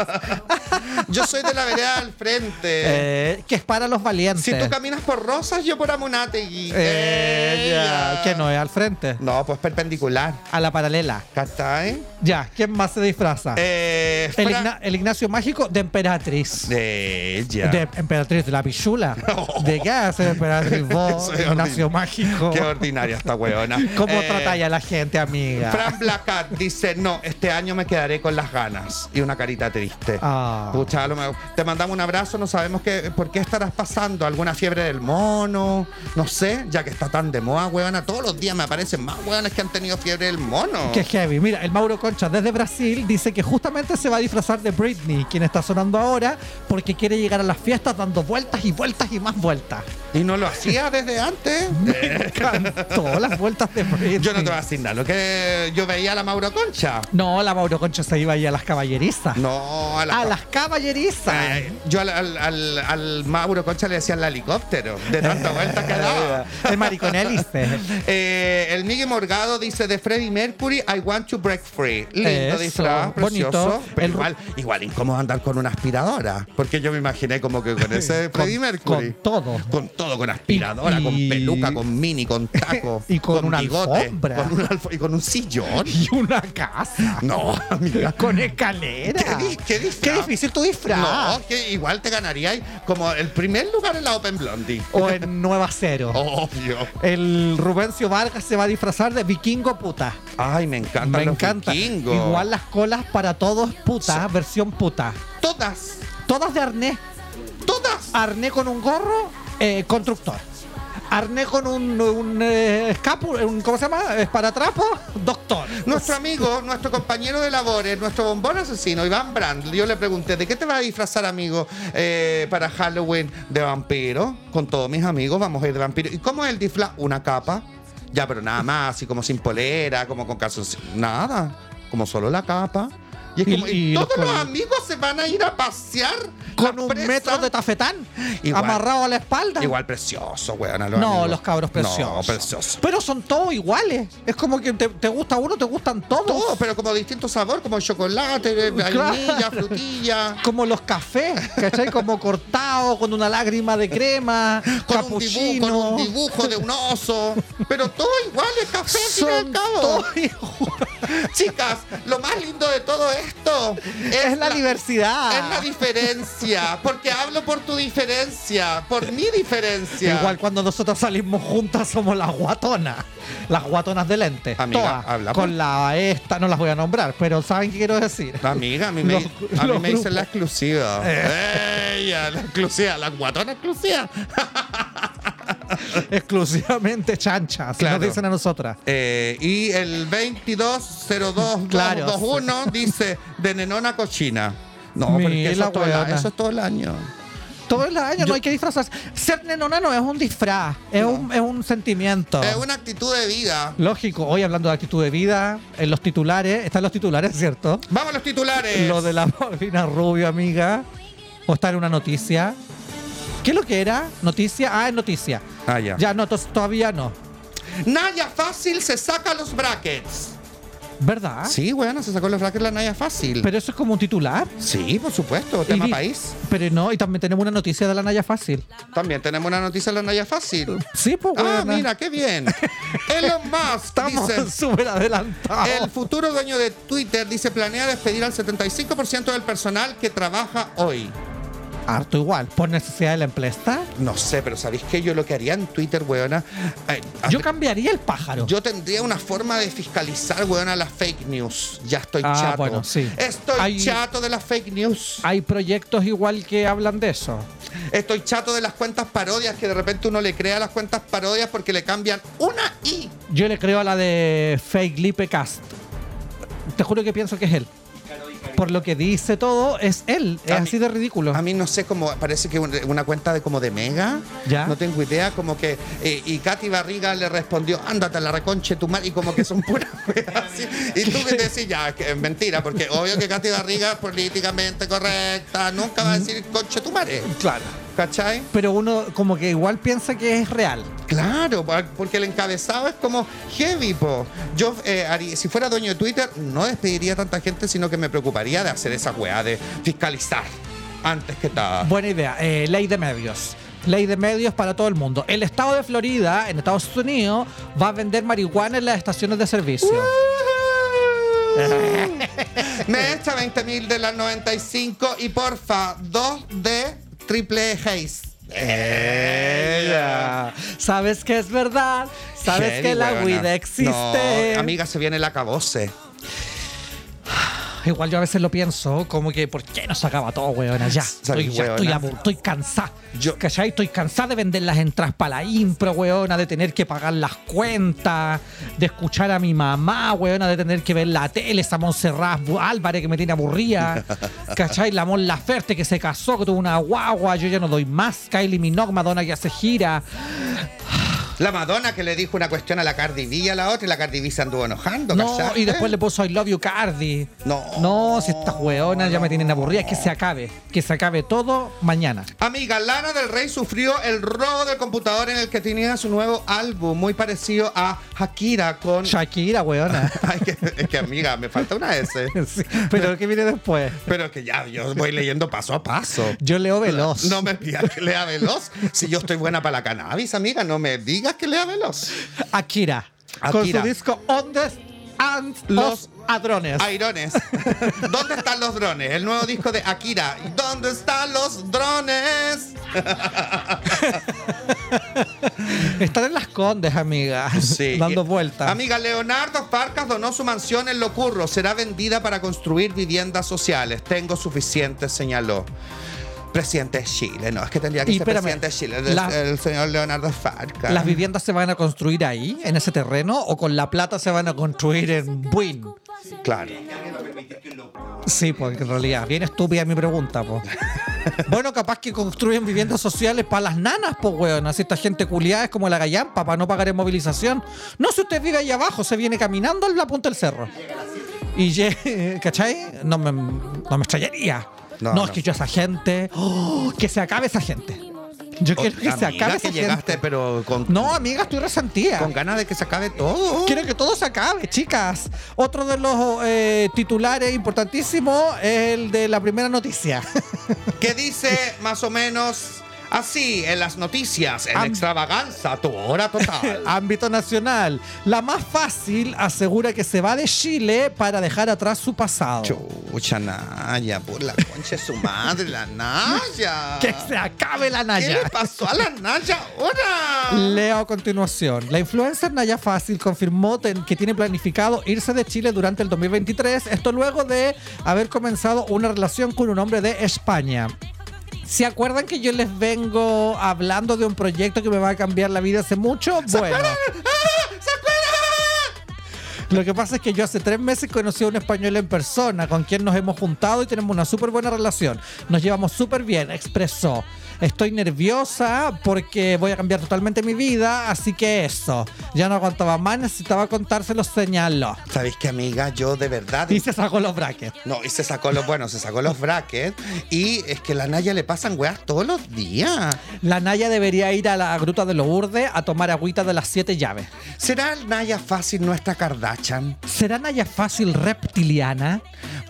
Speaker 2: Yo soy de la vereda al frente.
Speaker 3: Eh, que es para los valientes.
Speaker 2: si tú caminas por Rosas, yo por Amunátegui.
Speaker 3: Eh, ya, que no es al frente,
Speaker 2: No, pues perpendicular.
Speaker 3: a la paralela.
Speaker 2: ¿Cachai?
Speaker 3: Ya, ¿quién más se disfraza?
Speaker 2: Eh,
Speaker 3: el,
Speaker 2: Fra-
Speaker 3: Igna- el Ignacio Mágico de Emperatriz.
Speaker 2: Eh, ya.
Speaker 3: De Emperatriz, de la pichula. ¿De qué hace Emperatriz vos,
Speaker 2: Eso es
Speaker 3: Ignacio
Speaker 2: horrible.
Speaker 3: Mágico?
Speaker 2: Qué ordinaria esta weona.
Speaker 3: ¿Cómo
Speaker 2: Eh,
Speaker 3: tratáis a la gente, amiga?
Speaker 2: Fran Blacat dice, no, este año me quedaré con las ganas. Y una carita triste.
Speaker 3: Ah.
Speaker 2: Pucha, a lo mejor- te mandamos un abrazo, no sabemos qué, por qué estarás pasando. ¿Alguna fiebre del mono? No sé, ya que está tan de moda, huevona. Todos los días me aparecen más huevones que han tenido fiebre del mono.
Speaker 3: Qué heavy. Mira, el Mauro Concha desde Brasil dice que justamente se va a disfrazar de Britney, quien está sonando ahora, porque quiere llegar a las fiestas dando vueltas y vueltas y más vueltas.
Speaker 2: Y no lo hacía desde antes.
Speaker 3: Todas las vueltas de Britney.
Speaker 2: Yo no te voy a decir nada. Lo que yo veía a la Mauro Concha.
Speaker 3: No, la Mauro Concha se iba ahí a las caballerizas.
Speaker 2: No, a la.
Speaker 3: A las caballerizas.
Speaker 2: Ay, ay, Yo al, al- al- al Mauro Concha le decían el helicóptero, de tanta vuelta que daba.
Speaker 3: El mariconelice.
Speaker 2: Eh, el Miguel Morgado dice de Freddie Mercury, I want to break free. Lindo
Speaker 3: Eso,
Speaker 2: disfraz, precioso.
Speaker 3: bonito.
Speaker 2: Pero
Speaker 3: El-
Speaker 2: igual, igual incómodo andar con una aspiradora. Porque yo me imaginé como que con ese
Speaker 3: Con-
Speaker 2: Freddie Mercury.
Speaker 3: con todo.
Speaker 2: Con todo, con aspiradora,
Speaker 3: Y-
Speaker 2: con peluca, con mini, con taco.
Speaker 3: Y con una
Speaker 2: bigote,
Speaker 3: alfombra.
Speaker 2: Con una alfo- y con un sillón.
Speaker 3: Y una casa.
Speaker 2: No, amiga.
Speaker 3: Con escalera.
Speaker 2: ¿Qué, di- qué disfraz?
Speaker 3: Qué difícil tu disfraz.
Speaker 2: No, que igual te ganarías como el primer lugar en la Open Blondie.
Speaker 3: O en Nueva Cero.
Speaker 2: Oh. Obvio.
Speaker 3: El Rubencio Vargas se va a disfrazar de vikingo puta.
Speaker 2: Ay, me encantan
Speaker 3: Me
Speaker 2: los
Speaker 3: encanta.
Speaker 2: vikingos.
Speaker 3: Igual las colas para todos puta, versión puta.
Speaker 2: Todas,
Speaker 3: Todas de arnés.
Speaker 2: todas.
Speaker 3: Arnés con un gorro, eh, constructor. Arnés con un, un, eh, escapu- un- ¿cómo se llama? Es para trapo, doctor.
Speaker 2: Nuestro amigo, nuestro compañero de labores, nuestro bombón asesino, Iván Brand, yo le pregunté, ¿de qué te vas a disfrazar, amigo, eh, para Halloween de vampiro? Con todos mis amigos vamos a ir de vampiro. ¿Y cómo es el disfraz? Una capa. Ya, pero nada más, así como sin polera, como con calzoncillos. Nada, como solo la capa. Y, es
Speaker 3: Y-
Speaker 2: como, y
Speaker 3: y
Speaker 2: todos
Speaker 3: los
Speaker 2: los
Speaker 3: colores.
Speaker 2: amigos se van a ir a pasear
Speaker 3: Con
Speaker 2: la
Speaker 3: un
Speaker 2: presa.
Speaker 3: metro de tafetán
Speaker 2: Igual.
Speaker 3: amarrado a la espalda.
Speaker 2: Igual precioso, weón. a
Speaker 3: no,
Speaker 2: amigos.
Speaker 3: los cabros
Speaker 2: No,
Speaker 3: preciosos.
Speaker 2: precioso.
Speaker 3: Pero son todos iguales. Es como que te, te gusta uno, te gustan todos.
Speaker 2: Todo, pero como distinto sabor, como chocolate, eh, vainilla,
Speaker 3: Claro.
Speaker 2: frutilla.
Speaker 3: Como los cafés, ¿cachai? Como cortado, con una lágrima de crema,
Speaker 2: Con un, dibujo, con
Speaker 3: capuchino.
Speaker 2: un dibujo de un oso, pero todo igual es café al fin y al
Speaker 3: Son
Speaker 2: cabo.
Speaker 3: todos iguales.
Speaker 2: Chicas, lo más lindo de todo esto
Speaker 3: Es, la, diversidad.
Speaker 2: Es la diferencia, porque hablo por tu diferencia, por mi diferencia.
Speaker 3: Igual cuando nosotros salimos juntas somos las guatonas. Las guatonas de lente.
Speaker 2: Amiga,
Speaker 3: todas.
Speaker 2: habla, pues.
Speaker 3: Con la esta, no las voy a nombrar, pero ¿saben qué quiero decir?
Speaker 2: Amiga, a mí me,
Speaker 3: Los-
Speaker 2: a mí
Speaker 3: los
Speaker 2: me
Speaker 3: grupos. Eh.
Speaker 2: dicen la exclusiva. Ella, la exclusiva, la guatona exclusiva.
Speaker 3: Exclusivamente chanchas, así
Speaker 2: Claro.
Speaker 3: nos dicen a nosotras.
Speaker 2: Eh, y el 220221
Speaker 3: Claro.
Speaker 2: dice de nenona cochina. No,
Speaker 3: Mira
Speaker 2: porque eso,
Speaker 3: la
Speaker 2: es todo el a-
Speaker 3: weona.
Speaker 2: eso es todo el año.
Speaker 3: Todo el año no hay que disfrazarse. Ser nenona no es un disfraz, es, un, es un sentimiento.
Speaker 2: Es una actitud de vida.
Speaker 3: Lógico, hoy hablando de actitud de vida, en los titulares, están los titulares, ¿cierto?
Speaker 2: Vamos a los titulares.
Speaker 3: Lo de la Paulina Rubio, amiga. O estar en una noticia. ¿Qué es lo que era? ¿Noticia? Ah, es noticia.
Speaker 2: Ah, ya.
Speaker 3: Ya no, entonces todavía no.
Speaker 2: Naya Fácil se saca los brackets.
Speaker 3: ¿Verdad?
Speaker 2: Sí, bueno, se sacó los brackets la Naya Fácil.
Speaker 3: Ah. Pero eso es como un titular.
Speaker 2: sí, por supuesto,
Speaker 3: Y
Speaker 2: tema
Speaker 3: di-
Speaker 2: país.
Speaker 3: Pero no, y también tenemos una noticia de la Naya Fácil.
Speaker 2: También tenemos una noticia de la Naya Fácil.
Speaker 3: Sí, pues
Speaker 2: Ah,
Speaker 3: weona.
Speaker 2: mira, qué bien. Elon Musk dice,
Speaker 3: Estamos súper adelantados.
Speaker 2: El futuro dueño de Twitter dice planea despedir al 75% del personal que trabaja hoy.
Speaker 3: Harto igual, por necesidad de la empresa.
Speaker 2: No sé, pero ¿sabéis qué? Yo lo que haría en Twitter, weona. eh, hace-
Speaker 3: Yo cambiaría el pájaro.
Speaker 2: yo tendría una forma de fiscalizar, weona, las fake news. Ya estoy
Speaker 3: Ah,
Speaker 2: chato.
Speaker 3: bueno, sí.
Speaker 2: Estoy
Speaker 3: Hay- Ah.
Speaker 2: chato de las fake news.
Speaker 3: Hay proyectos igual que hablan de eso.
Speaker 2: Estoy chato de las cuentas parodias que de repente uno le crea las cuentas parodias porque le cambian una I.
Speaker 3: Yo le creo a la de Fake Lipe Cast. Te juro que pienso que es él. Por lo que dice todo, es él. Es
Speaker 2: A mí-
Speaker 3: así de ridículo.
Speaker 2: A mí no sé cómo, parece que un- una cuenta de como de Mega.
Speaker 3: Ya.
Speaker 2: No tengo idea, como que. eh, y Katy Barriga le respondió, ándate a la reconche tu madre, y como que son puras. weas así. y tú que decís, ya, que es mentira, porque obvio que Katy Barriga es políticamente correcta, nunca va a decir conche tu madre.
Speaker 3: Claro.
Speaker 2: ¿Cachai?
Speaker 3: Pero uno como que igual piensa que es real.
Speaker 2: Claro, pa- porque el encabezado es como heavy, po. Yo, eh, haría- si fuera dueño de Twitter, no despediría a tanta gente, sino que me preocuparía de hacer esa weá de fiscalizar antes que nada.
Speaker 3: Buena idea. Eh, ley de medios. Ley de medios para todo el mundo. El estado de Florida, en Estados Unidos, va a vender marihuana en las estaciones de servicio.
Speaker 2: Uh. Me echa 20.000 de las 95 y porfa, 2 de triple E Haze.
Speaker 3: Ella. Ah, Sabes que es verdad. Sabes
Speaker 2: Heavy,
Speaker 3: que la
Speaker 2: weona.
Speaker 3: huida existe.
Speaker 2: No, amiga, se viene el acabose.
Speaker 3: Igual yo a veces lo pienso, como que ¿por qué no sacaba todo, weona? Ya,
Speaker 2: Sabes,
Speaker 3: estoy, ya
Speaker 2: weona.
Speaker 3: estoy, abu- estoy cansada.
Speaker 2: Yo-
Speaker 3: ¿Cachai? Estoy cansada de vender las entradas para la impro, weona, de tener que pagar las cuentas, de escuchar a mi mamá, weona, de tener que ver la tele, esa Montserrat Bu- Álvarez que me tiene aburrida. ¿Cachai? La Mon Laferte que se casó, que tuvo una guagua, yo ya no doy más. Kylie Minogue, Madonna que hace gira.
Speaker 2: La Madonna que le dijo una cuestión a la Cardi B y a la otra y la Cardi B se anduvo enojando,
Speaker 3: No,
Speaker 2: ¿cachaste?
Speaker 3: y después le puso I love you, Cardi.
Speaker 2: No.
Speaker 3: No, si estas weonas ya me tienen aburrida, que se acabe. Que se acabe todo mañana.
Speaker 2: Amiga, Lana del Rey sufrió el robo del computador en el que tenía su nuevo álbum, muy parecido a Shakira con...
Speaker 3: Shakira, weona.
Speaker 2: Ay, que, es que amiga, me falta una S.
Speaker 3: Sí, pero ¿qué viene después?
Speaker 2: Pero es que ya, yo voy leyendo paso a paso.
Speaker 3: Yo leo veloz.
Speaker 2: No me digas que lea veloz. Si yo estoy buena para la cannabis, amiga, no me digas que lea veloz.
Speaker 3: Akira, Con su
Speaker 2: Akira.
Speaker 3: disco Ondes and
Speaker 2: Los
Speaker 3: Los Hadrones.
Speaker 2: Airones. ¿Dónde están los drones? El nuevo disco de Akira. ¿Dónde están los drones?
Speaker 3: Están en las condes, amiga. Dando vueltas.
Speaker 2: Amiga, Leonardo Farcas donó su mansión en Locurro. Será vendida para construir viviendas sociales. Tengo suficiente, señaló. Presidente de Chile, no, es que tendría que
Speaker 3: Y
Speaker 2: ser
Speaker 3: espérame,
Speaker 2: presidente de Chile, el,
Speaker 3: la-
Speaker 2: el señor Leonardo Farcas.
Speaker 3: ¿Las viviendas se van a construir ahí, en ese terreno, o con la plata se van a construir en Buin?
Speaker 2: Claro.
Speaker 3: Sí, porque en realidad, bien estúpida mi pregunta, po. bueno, capaz que construyen viviendas sociales para las nanas, po, weón. Así esta gente culiada es como la gallampa, para no pagar en movilización. No, si usted vive ahí abajo, se viene caminando a la punta del cerro. Y ye- ¿cachai? No me, no me extrañaría.
Speaker 2: No,
Speaker 3: No,
Speaker 2: no.
Speaker 3: es que yo a esa gente. ¡oh! que se acabe esa gente. Yo quiero que se
Speaker 2: Amiga,
Speaker 3: acabe esa
Speaker 2: que llegaste,
Speaker 3: gente.
Speaker 2: pero con,
Speaker 3: No, amiga, estoy resentida.
Speaker 2: con ganas de que se acabe todo.
Speaker 3: Quiero que todo se acabe, chicas. Otro de los eh, titulares importantísimos es el de la primera noticia.
Speaker 2: que dice más o menos así en las noticias, en
Speaker 3: Am-
Speaker 2: extravaganza, tu hora total.
Speaker 3: Ámbito nacional. La más fácil asegura que se va de Chile para dejar atrás su pasado.
Speaker 2: Chucha, Naya, por la concha de su madre, la Naya.
Speaker 3: Que se acabe la
Speaker 2: ¿Qué
Speaker 3: Naya.
Speaker 2: le pasó a la Naya ahora?
Speaker 3: Leo a continuación. La influencer Naya Fácil confirmó ten- que tiene planificado irse de Chile durante el 2023, esto luego de haber comenzado una relación con un hombre de España. ¿Se acuerdan que yo les vengo hablando de un proyecto que me va a cambiar la vida hace mucho? Bueno. Lo que pasa es que yo hace tres meses conocí a un español en persona con quien nos hemos juntado y tenemos una súper buena relación. Nos llevamos súper bien, expresó. Estoy nerviosa porque voy a cambiar totalmente mi vida, así que eso. Ya no aguantaba más, necesitaba contárselo, señaló.
Speaker 2: ¿Sabéis qué, amiga? Yo de verdad.
Speaker 3: Y se sacó los brackets.
Speaker 2: No, y se sacó los, bueno, se sacó los brackets. Y es que a la Naya le pasan weas todos los días.
Speaker 3: La Naya debería ir a la gruta de Lourdes a tomar agüita de las siete llaves.
Speaker 2: ¿Será Naya fácil nuestra Kardashian?
Speaker 3: ¿Será Naya fácil reptiliana?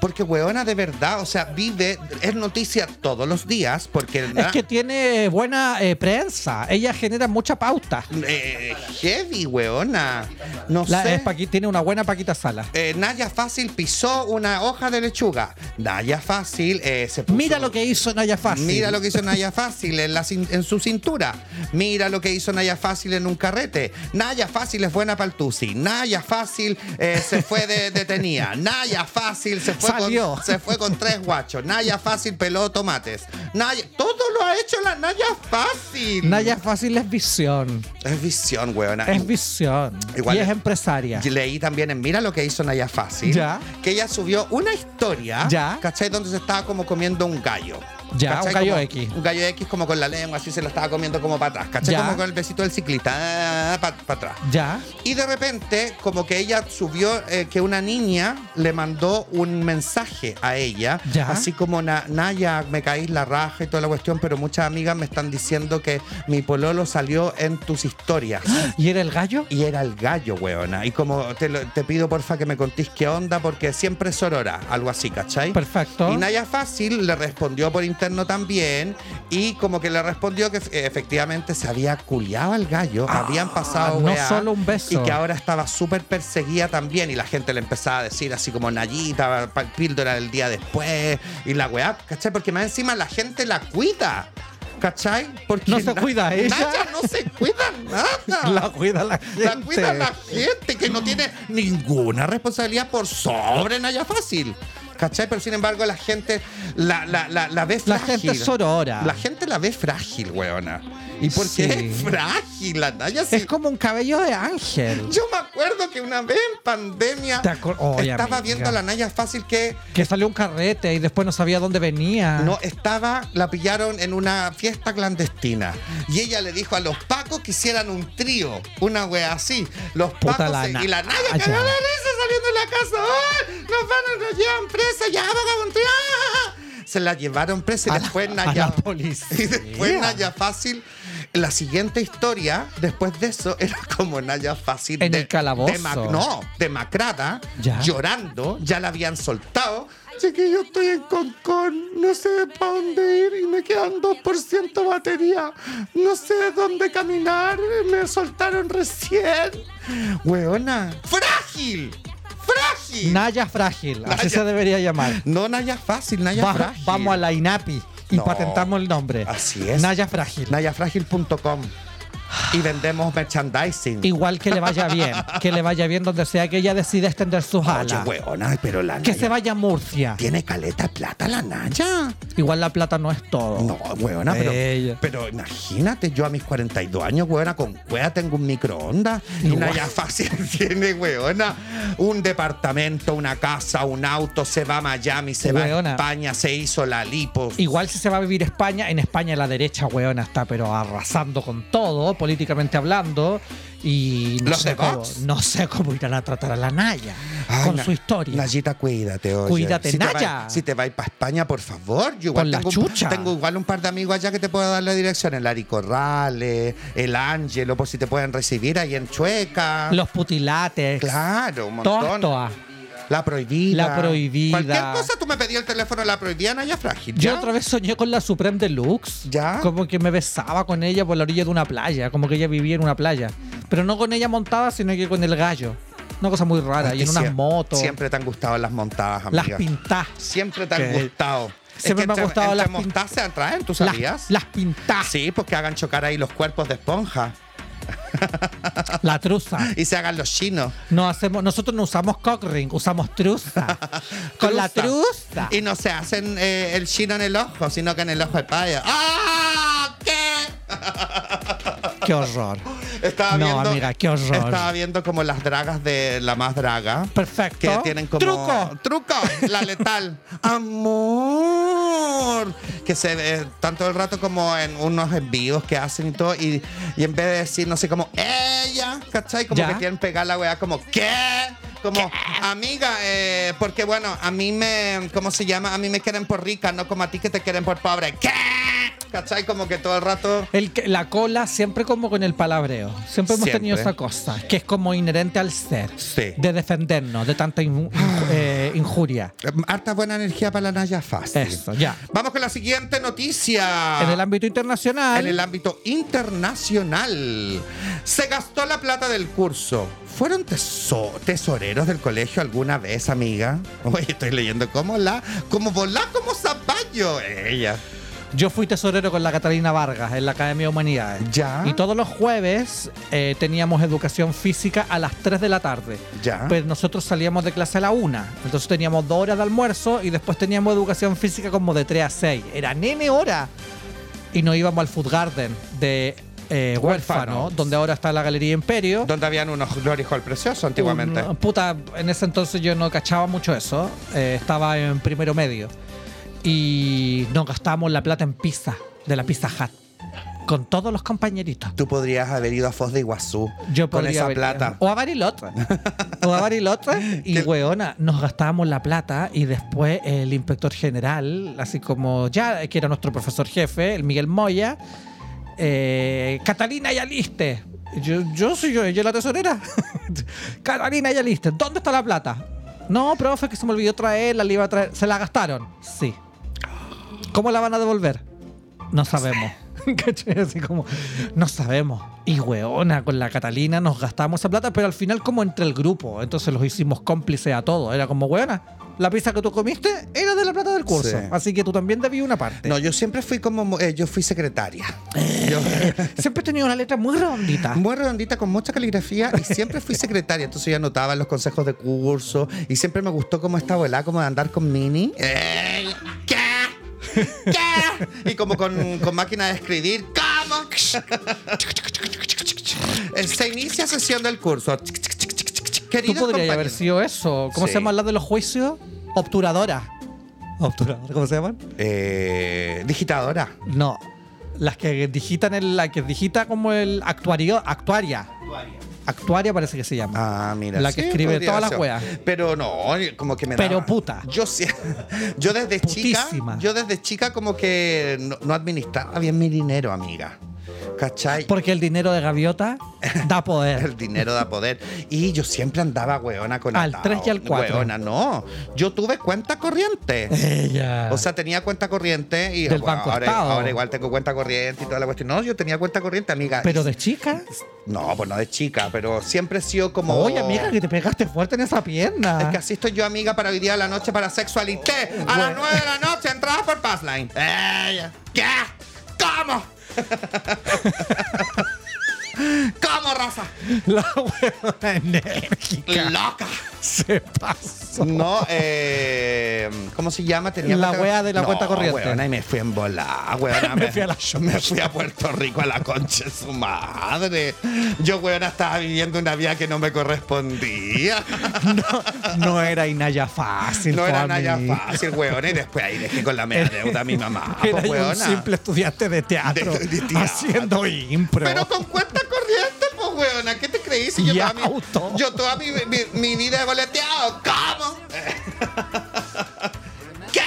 Speaker 2: Porque huevona de verdad, o sea, vive, es noticia todos los días, porque
Speaker 3: Es que tiene buena eh, prensa. Ella genera mucha pauta.
Speaker 2: eh, heavy, huevona. No
Speaker 3: La,
Speaker 2: sé.
Speaker 3: es Paqui- tiene una buena Paquita Sala.
Speaker 2: Eh, Naya Fácil pisó una hoja de lechuga. Naya Fácil eh, se puso-
Speaker 3: Mira lo que hizo Naya Fácil.
Speaker 2: Mira lo que hizo Naya Fácil en, la cin- en su cintura. Mira lo que hizo Naya Fácil en un carrete. Naya Fácil es buena para el tusi. Naya Fácil eh, se fue de detenida. Naya Fácil se fue,
Speaker 3: Salió.
Speaker 2: Con, se fue con tres guachos. Naya Fácil peló tomates. Naya, todo lo ha hecho la Naya Fácil.
Speaker 3: Naya Fácil es visión.
Speaker 2: Es visión, weona.
Speaker 3: Es visión.
Speaker 2: Igual
Speaker 3: y es
Speaker 2: es-
Speaker 3: empresaria.
Speaker 2: Y Leí también en Mira lo que hizo Naya Fácil.
Speaker 3: Ya.
Speaker 2: Que ella subió una historia.
Speaker 3: Ya.
Speaker 2: ¿Cachai? Donde se estaba como comiendo un gallo.
Speaker 3: Ya,
Speaker 2: ¿cachai?
Speaker 3: un gallo
Speaker 2: Como-
Speaker 3: X.
Speaker 2: Un gallo X como con la lengua, así se lo estaba comiendo como para atrás, ¿cachai?
Speaker 3: Ya.
Speaker 2: Como con el besito del ciclista, para atrás.
Speaker 3: Ya.
Speaker 2: Y de repente, como que ella subió eh, que una niña le mandó un mensaje a ella.
Speaker 3: Ya.
Speaker 2: Así como, "Na- Naya, me caís la raja y toda la cuestión, pero muchas amigas me están diciendo que mi pololo salió en tus historias.
Speaker 3: ¿Y era el gallo?
Speaker 2: Y era el gallo, weona. Y como te, lo- te pido porfa que me contéis qué onda, porque siempre es sorora, algo así, ¿cachai?
Speaker 3: Perfecto.
Speaker 2: Y Naya Fácil le respondió por interno también y como que le respondió que eh, efectivamente se había culiado al gallo,
Speaker 3: Ah,
Speaker 2: habían pasado
Speaker 3: no
Speaker 2: weá,
Speaker 3: solo un beso.
Speaker 2: y que ahora estaba súper perseguida también y la gente le empezaba a decir así como Nayita, pa- píldora del día después y la weá, ¿cachai? Porque más encima la gente la cuida. ¿Cachai? Porque
Speaker 3: No
Speaker 2: na-
Speaker 3: se cuida ella.
Speaker 2: Naya no se cuida nada.
Speaker 3: La cuida la gente.
Speaker 2: La cuida la gente que no tiene ninguna responsabilidad por sobre Naya Fácil. ¿Cachai? Pero sin embargo la gente la, la, la, la ve
Speaker 3: La
Speaker 2: frágil.
Speaker 3: gente es sorora.
Speaker 2: La gente la ve frágil, weona. ¿Y por
Speaker 3: Sí.
Speaker 2: qué es frágil la Naya? Si-
Speaker 3: Es como un cabello de ángel.
Speaker 2: Yo me acuerdo que una vez en pandemia
Speaker 3: Te acuer- Oye,
Speaker 2: estaba
Speaker 3: amiga.
Speaker 2: viendo a la Naya Fácil que
Speaker 3: Que salió un carrete y después no sabía dónde venía.
Speaker 2: No, estaba, la pillaron en una fiesta clandestina. Y ella le dijo a los pacos que hicieran un trío, una wea así. Los
Speaker 3: Puta
Speaker 2: pacos
Speaker 3: la
Speaker 2: se-
Speaker 3: na-
Speaker 2: y la naya
Speaker 3: Ah,
Speaker 2: cagada de
Speaker 3: ya.
Speaker 2: risa saliendo de la casa. ¡Ay! Nos van a nos llevan presa, ya vamos a un trío. ¡Ah! Se la llevaron presa y
Speaker 3: A la-
Speaker 2: después
Speaker 3: a
Speaker 2: Naya.
Speaker 3: la policía.
Speaker 2: Y después Naya Fácil. La siguiente historia, después de eso, era como Naya Fácil.
Speaker 3: En
Speaker 2: de,
Speaker 3: el calabozo.
Speaker 2: de Mac- no, demacrada,
Speaker 3: Ya.
Speaker 2: llorando, ya la habían soltado. Sé que yo estoy en Concón, no sé para dónde ir y me quedan 2% batería. No sé dónde caminar, me soltaron recién. Weona. ¡Frágil! ¡Frágil!
Speaker 3: Naya Frágil, así
Speaker 2: Naya-
Speaker 3: se debería llamar.
Speaker 2: no, Naya Fácil, Naya
Speaker 3: Va-
Speaker 2: Frágil.
Speaker 3: vamos a la INAPI y
Speaker 2: No.
Speaker 3: patentamos el nombre.
Speaker 2: Así es.
Speaker 3: Naya Frágil.
Speaker 2: Nayafrágil.com y vendemos merchandising.
Speaker 3: Igual que le vaya bien, que le vaya bien donde sea que ella decida extender sus
Speaker 2: Oye,
Speaker 3: alas.
Speaker 2: weona, pero la
Speaker 3: Que
Speaker 2: Naya
Speaker 3: se vaya a Murcia.
Speaker 2: tiene caleta plata la Naya.
Speaker 3: Igual la plata no es todo.
Speaker 2: No, weona, pero,
Speaker 3: Ella.
Speaker 2: pero imagínate, yo a mis 42 años, weona, con cueva tengo un microondas. Y
Speaker 3: Guau.
Speaker 2: Naya Fácil tiene, weona, un departamento, una casa, un auto, se va a Miami, se va
Speaker 3: Weona.
Speaker 2: a España, se hizo la lipo.
Speaker 3: Igual si se va a vivir a España, en España la derecha, weona, está pero arrasando con todo, políticamente hablando. Y no,
Speaker 2: Los de
Speaker 3: sé, cómo,
Speaker 2: Vox.
Speaker 3: no sé cómo irán a tratar a la Naya
Speaker 2: Ay,
Speaker 3: con
Speaker 2: Na-
Speaker 3: su historia.
Speaker 2: Nayita, cuídate, oye.
Speaker 3: Cuídate,
Speaker 2: si Te
Speaker 3: Naya.
Speaker 2: vai- si te vas para España, por favor. Yo igual
Speaker 3: Con la
Speaker 2: tengo, un-
Speaker 3: chucha.
Speaker 2: tengo igual un par de amigos allá que te puedo dar la dirección. El Ari Corrales, el Ángelo, por si te pueden recibir ahí en Chueca.
Speaker 3: Los putilates.
Speaker 2: Claro, un
Speaker 3: Todas,
Speaker 2: montón.
Speaker 3: todas.
Speaker 2: La prohibida.
Speaker 3: La prohibida.
Speaker 2: Cualquier cosa, tú me pedí el teléfono de la prohibida, Naya Frágil.
Speaker 3: Yo
Speaker 2: ¿ya?
Speaker 3: otra vez soñé con la Supreme Deluxe.
Speaker 2: ¿Ya?
Speaker 3: Como que me besaba con ella por la orilla de una playa, como que ella vivía en una playa. Pero no con ella montada, sino que con el gallo. Una cosa muy rara.
Speaker 2: Ay,
Speaker 3: y en
Speaker 2: que
Speaker 3: unas
Speaker 2: sie-
Speaker 3: motos,
Speaker 2: Siempre te han gustado las montadas, amiga.
Speaker 3: las pintas.
Speaker 2: Siempre te han
Speaker 3: Que-
Speaker 2: gustado.
Speaker 3: Siempre me han
Speaker 2: entre-
Speaker 3: gustado
Speaker 2: entre
Speaker 3: las pin-
Speaker 2: montadas se atraen, ¿tú sabías?
Speaker 3: Las, las pintas.
Speaker 2: Sí, pues que hagan chocar ahí los cuerpos de esponja
Speaker 3: La truza.
Speaker 2: y se hagan los chinos.
Speaker 3: No hacemos, nosotros no usamos cock ring, usamos truza. Con la truza.
Speaker 2: Y no se hacen eh, el chino en el ojo, sino que en el ojo de paya. ¡Ah! ¿Qué?
Speaker 3: Qué horror.
Speaker 2: Estaba
Speaker 3: No,
Speaker 2: viendo,
Speaker 3: amiga, qué horror.
Speaker 2: Estaba viendo como las dragas de la más draga.
Speaker 3: Perfecto.
Speaker 2: Que tienen como.
Speaker 3: Truco.
Speaker 2: ¡Truco! La letal. ¡Amor! Que se ve tanto el rato como en unos envíos que hacen y todo. Y, y en vez de decir, no sé, como ella, ¿cachai? Como
Speaker 3: Ya.
Speaker 2: que quieren pegar la weá, como ¿qué? Como, amiga, eh, porque bueno, a mí me. ¿Cómo se llama? A mí me quieren por rica, no como a ti que te quieren por pobre. ¿Qué? ¿cachai? Como que todo el rato.
Speaker 3: El que- la cola siempre como con el palabreo. Siempre hemos
Speaker 2: Siempre.
Speaker 3: tenido esa cosa, que es como inherente al ser.
Speaker 2: Sí. Ah.
Speaker 3: De defendernos de tanta in- in- eh, injuria.
Speaker 2: Harta buena energía para la Naya Fácil.
Speaker 3: Eso, ya.
Speaker 2: Vamos con la siguiente noticia.
Speaker 3: en el ámbito internacional,
Speaker 2: Ah. En el ámbito internacional. Se gastó la plata del curso. ¿Fueron teso- tesoreros del colegio alguna vez, amiga? Oye, estoy leyendo como la. como volá como zapallo. Ella.
Speaker 3: yo fui tesorero con la Catalina Vargas en la Academia de Humanidades.
Speaker 2: Ya.
Speaker 3: Y todos los jueves eh, teníamos educación física a las 3 de la tarde.
Speaker 2: Ya.
Speaker 3: Pero pues nosotros salíamos de clase a la una. Entonces teníamos dos horas de almuerzo y después teníamos educación física como de 3 a 6. Era nene hora. Y nos íbamos al Food Garden de eh, Huérfano,
Speaker 2: Huérfanos.
Speaker 3: donde ahora está la Galería Imperio. Mm,
Speaker 2: Donde habían unos Glory Hall preciosos antiguamente.
Speaker 3: Un- puta, en ese entonces yo no cachaba mucho eso. eh, estaba en primero medio. y nos gastábamos la plata en pizza, de la Pizza Hut, con todos los compañeritos.
Speaker 2: Tú podrías haber ido a Foz de Iguazú
Speaker 3: Yo
Speaker 2: con
Speaker 3: podría
Speaker 2: esa
Speaker 3: haber- Oh,
Speaker 2: plata.
Speaker 3: O a Bariloche. o a Bariloche. Y,
Speaker 2: Que-
Speaker 3: weona, nos gastábamos la plata y después el inspector general, así como ya, que era nuestro profesor jefe, el Miguel Moya, eh, Catalina Yaliste. Yo, yo soy yo, yo la tesorera. Catalina Yaliste, ¿dónde está la plata? No, profe, que se me olvidó traerla, la iba a traer. ¿Se la gastaron? Sí. ¿Cómo la van a devolver? No sabemos. ¿Cachai? Así como, no sabemos. Y weona, con la Catalina nos gastamos esa plata, pero al final como entre el grupo. Entonces los hicimos cómplices a todos. Era como, weona, la pizza que tú comiste era de la plata del curso.
Speaker 2: Sí.
Speaker 3: Así que tú también debías una parte.
Speaker 2: No, yo siempre fui como. mo- eh, yo fui secretaria.
Speaker 3: Eh.
Speaker 2: Yo-
Speaker 3: Siempre he tenido una letra muy redondita.
Speaker 2: muy redondita, con mucha caligrafía y siempre fui secretaria. Entonces yo anotaba los consejos de curso y siempre me gustó como esta abuela, como de andar con mini. ¡Ey! Eh, ¿Qué? ¿Qué? Y como con, con máquina de escribir. ¿Cómo? Eh, Se inicia sesión del curso.
Speaker 3: Tú
Speaker 2: Queridos
Speaker 3: podrías haber
Speaker 2: compañeros.
Speaker 3: sido eso. ¿Cómo
Speaker 2: Sí.
Speaker 3: se llaman las de los juicios? Obturadoras. ¿Obturadoras? ¿Cómo se llaman?
Speaker 2: Eh, digitadora.
Speaker 3: No. Las que digitan el, la que digita como el actuario, actuaria. Actuaria parece que se llama.
Speaker 2: Ah, mira.
Speaker 3: La que escribe
Speaker 2: podría
Speaker 3: todas las
Speaker 2: ser.
Speaker 3: weas.
Speaker 2: Pero no, como que me
Speaker 3: Pero
Speaker 2: daba-
Speaker 3: puta.
Speaker 2: Yo, sí- yo desde
Speaker 3: Putísima.
Speaker 2: chica. Yo desde chica como que no, no administraba bien mi dinero, amiga. ¿Cachai?
Speaker 3: Porque el dinero de gaviota da poder.
Speaker 2: el dinero da poder. Y yo siempre andaba weona con
Speaker 3: Al
Speaker 2: atado.
Speaker 3: tres y al cuatro.
Speaker 2: Weona, no. Yo tuve cuenta corriente.
Speaker 3: Ella.
Speaker 2: O sea, tenía cuenta corriente y
Speaker 3: Del
Speaker 2: bueno,
Speaker 3: Banco
Speaker 2: ahora,
Speaker 3: Estado.
Speaker 2: ahora igual tengo cuenta corriente y toda la cuestión. No, yo tenía cuenta corriente, amiga.
Speaker 3: pero
Speaker 2: Y-
Speaker 3: de chica.
Speaker 2: No, pues no de chica, pero siempre he sido como.
Speaker 3: Oye, amiga, que te pegaste fuerte en esa pierna.
Speaker 2: Es que así estoy yo, amiga, para hoy día de la noche para sexualité. A las 9 de la noche, entradas por Passline. ¡Ey! ¿Qué? ¿Cómo? ¿Cómo, raza?
Speaker 3: La huevona enérgica
Speaker 2: ¡Loca!
Speaker 3: se pasó.
Speaker 2: No, eh. ¿Cómo se llama? Tenía
Speaker 3: La
Speaker 2: cuenta-
Speaker 3: wea de la
Speaker 2: No,
Speaker 3: cuenta corriente.
Speaker 2: Weona, y me fui en volar, weona.
Speaker 3: Me fui a la
Speaker 2: me fui a Puerto Rico a la concha de su madre. Yo, weona, estaba viviendo una vida que no me correspondía.
Speaker 3: No era Inaya fácil.
Speaker 2: No
Speaker 3: po,
Speaker 2: era nada
Speaker 3: amiga.
Speaker 2: fácil, weón. Y después ahí dejé con la media deuda a mi mamá.
Speaker 3: Era
Speaker 2: pues,
Speaker 3: yo un
Speaker 2: weona.
Speaker 3: simple estudiante de teatro,
Speaker 2: De- de teatro.
Speaker 3: haciendo impro.
Speaker 2: Pero con cuenta corriente, pues, weona. ¿Qué te creí? Si yo,
Speaker 3: Y
Speaker 2: toda mi,
Speaker 3: auto.
Speaker 2: yo toda mi, mi, mi vida he boleteado. ¿Cómo? ¿Qué?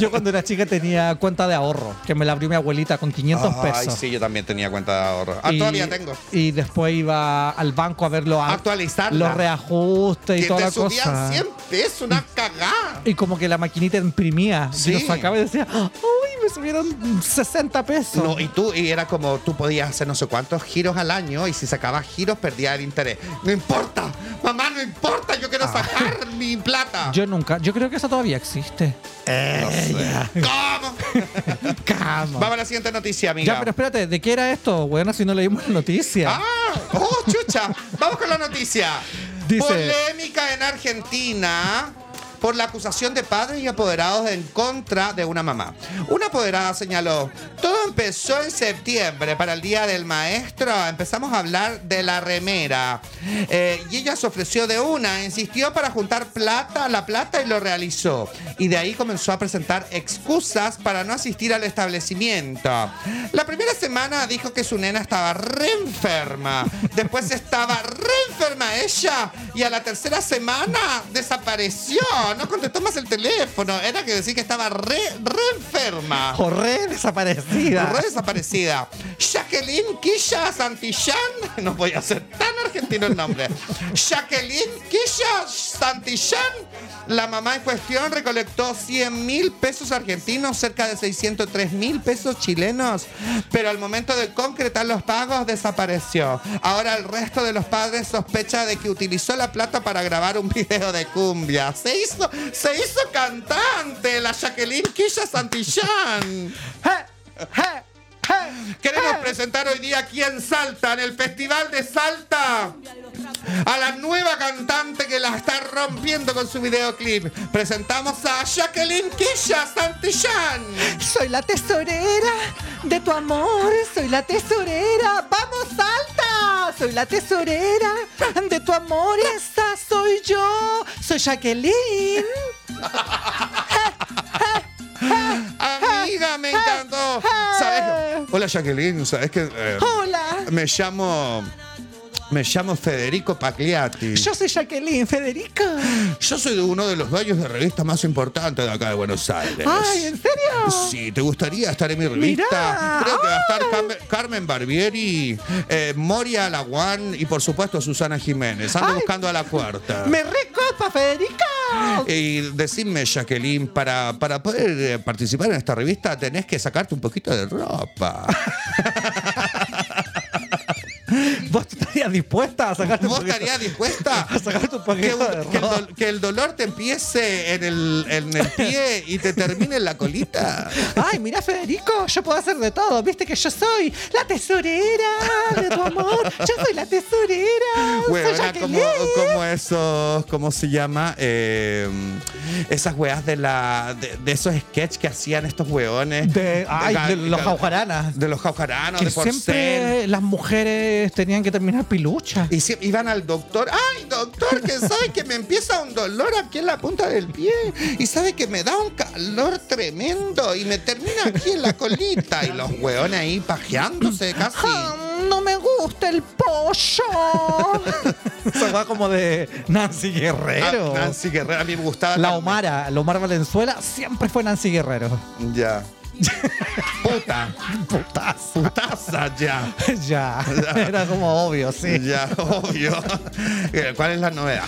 Speaker 3: Yo cuando era chica tenía cuenta de ahorro, que me la abrió mi abuelita con 500
Speaker 2: Ay,
Speaker 3: pesos.
Speaker 2: sí, yo también tenía cuenta de ahorro. Ah, todavía tengo.
Speaker 3: Y después iba al banco a ver los, a-
Speaker 2: Actualizarla.
Speaker 3: los reajustes
Speaker 2: Que
Speaker 3: y toda
Speaker 2: te
Speaker 3: la cosa.
Speaker 2: subían 100 pesos, una cagada.
Speaker 3: Y como que la maquinita imprimía.
Speaker 2: Sí.
Speaker 3: Y lo sacaba y decía, ¡Uy, me subieron 60 pesos!
Speaker 2: No, y tú, y era como tú podías hacer no sé cuántos giros al año y si sacabas giros perdías el interés. No importa, mamá, no importa, yo quiero sacar mi plata.
Speaker 3: Ah. Yo nunca, yo creo que eso todavía existe.
Speaker 2: No sé. ¿Cómo? Vamos a la siguiente noticia, amiga.
Speaker 3: Ya, pero espérate, ¿de qué era esto? Bueno, si no leímos la noticia.
Speaker 2: ¡Ah! ¡Oh, chucha! Vamos con la noticia.
Speaker 3: Dice-
Speaker 2: Polémica en Argentina por la acusación de padres y apoderados en contra de una mamá. Una apoderada señaló, todo empezó en septiembre para el Día del Maestro. Empezamos a hablar de la remera. Eh, y ella se ofreció de una, insistió para juntar plata, la plata y lo realizó. Y de ahí comenzó a presentar excusas para no asistir al establecimiento. La primera semana dijo que su nena estaba re enferma. Después estaba re enferma ella. Y a la tercera semana desapareció. No contestó más el teléfono. Era que decir que estaba re, re enferma.
Speaker 3: Corré desaparecida.
Speaker 2: Re desaparecida. Jacqueline Quilla Santillán. No voy a ser tan argentino el nombre. Jacqueline Quilla Santillán. La mamá en cuestión recolectó 100 mil pesos argentinos, cerca de 603 mil pesos chilenos, pero al momento de concretar los pagos desapareció. Ahora el resto de los padres sospecha de que utilizó la plata para grabar un video de cumbia. Se hizo, se hizo cantante la Jacqueline Quilla Santillán.
Speaker 3: Je, je, je.
Speaker 2: Queremos presentar hoy día aquí en Salta, en el Festival de Salta, a la nueva cantante que la está rompiendo con su videoclip. Presentamos a Jacqueline Quilla Santillán.
Speaker 3: Soy la tesorera de tu amor, soy la tesorera, vamos alta, soy la tesorera de tu amor, esa soy yo, soy Jacqueline. Ah.
Speaker 2: Jacqueline, ¿sabes que eh,
Speaker 3: Hola.
Speaker 2: Me llamo. Me llamo Federico Pagliati.
Speaker 3: Yo soy Jacqueline, Federica.
Speaker 2: Yo soy de uno de los dueños de revistas más importantes de acá de Buenos Aires.
Speaker 3: Ay, ¿en serio?
Speaker 2: Sí, ¿te gustaría estar en mi revista?
Speaker 3: Mirá.
Speaker 2: Creo que va a estar Carme- Carmen Barbieri, eh, Moria Alaguán y por supuesto Susana Jiménez. Ando
Speaker 3: Ay.
Speaker 2: buscando a la cuarta.
Speaker 3: Me recopa, Federica.
Speaker 2: Y decidme, Jacqueline, para, para poder eh, participar en esta revista tenés que sacarte un poquito de ropa.
Speaker 3: ¿Vos estarías dispuesta a sacarte un
Speaker 2: ¿Vos
Speaker 3: poquito-
Speaker 2: estarías dispuesta?
Speaker 3: a sacarte un
Speaker 2: Que,
Speaker 3: poquito
Speaker 2: un-
Speaker 3: de
Speaker 2: que el
Speaker 3: ropa?
Speaker 2: dol- que el dolor te empiece en el, en el pie y te termine en la colita.
Speaker 3: Ay, mira Federico, yo puedo hacer de todo. Viste que yo soy la tesorera de tu amor. Yo soy la tesorera.
Speaker 2: Bueno,
Speaker 3: soy
Speaker 2: era como,
Speaker 3: Jacqueline.
Speaker 2: como esos, ¿cómo se llama? Eh, esas weas de la de, de esos sketch que hacían estos weones.
Speaker 3: De, ay,
Speaker 2: ga-
Speaker 3: de los
Speaker 2: ga-
Speaker 3: jaujaranas.
Speaker 2: De los jaujaranos,
Speaker 3: Que
Speaker 2: de Porcel.
Speaker 3: siempre las mujeres tenían que terminar piluchas.
Speaker 2: Y si- iban al doctor, ay doctor, que sabe que me empieza un dolor aquí en la punta del pie y sabe que me da un calor tremendo y me termina aquí en la colita y los hueones ahí pajeándose casi.
Speaker 3: Ah, no me gusta el pollo. Esa va como de Nancy Guerrero.
Speaker 2: Ah, Nancy Guerrero, a mí me gustaba.
Speaker 3: La
Speaker 2: también.
Speaker 3: Omara, la Omar Valenzuela, siempre fue Nancy Guerrero.
Speaker 2: Ya. Puta. Putaza. Putaza, ya.
Speaker 3: ya, era como obvio, sí.
Speaker 2: Ya, obvio. Eh, ¿Cuál es la novedad?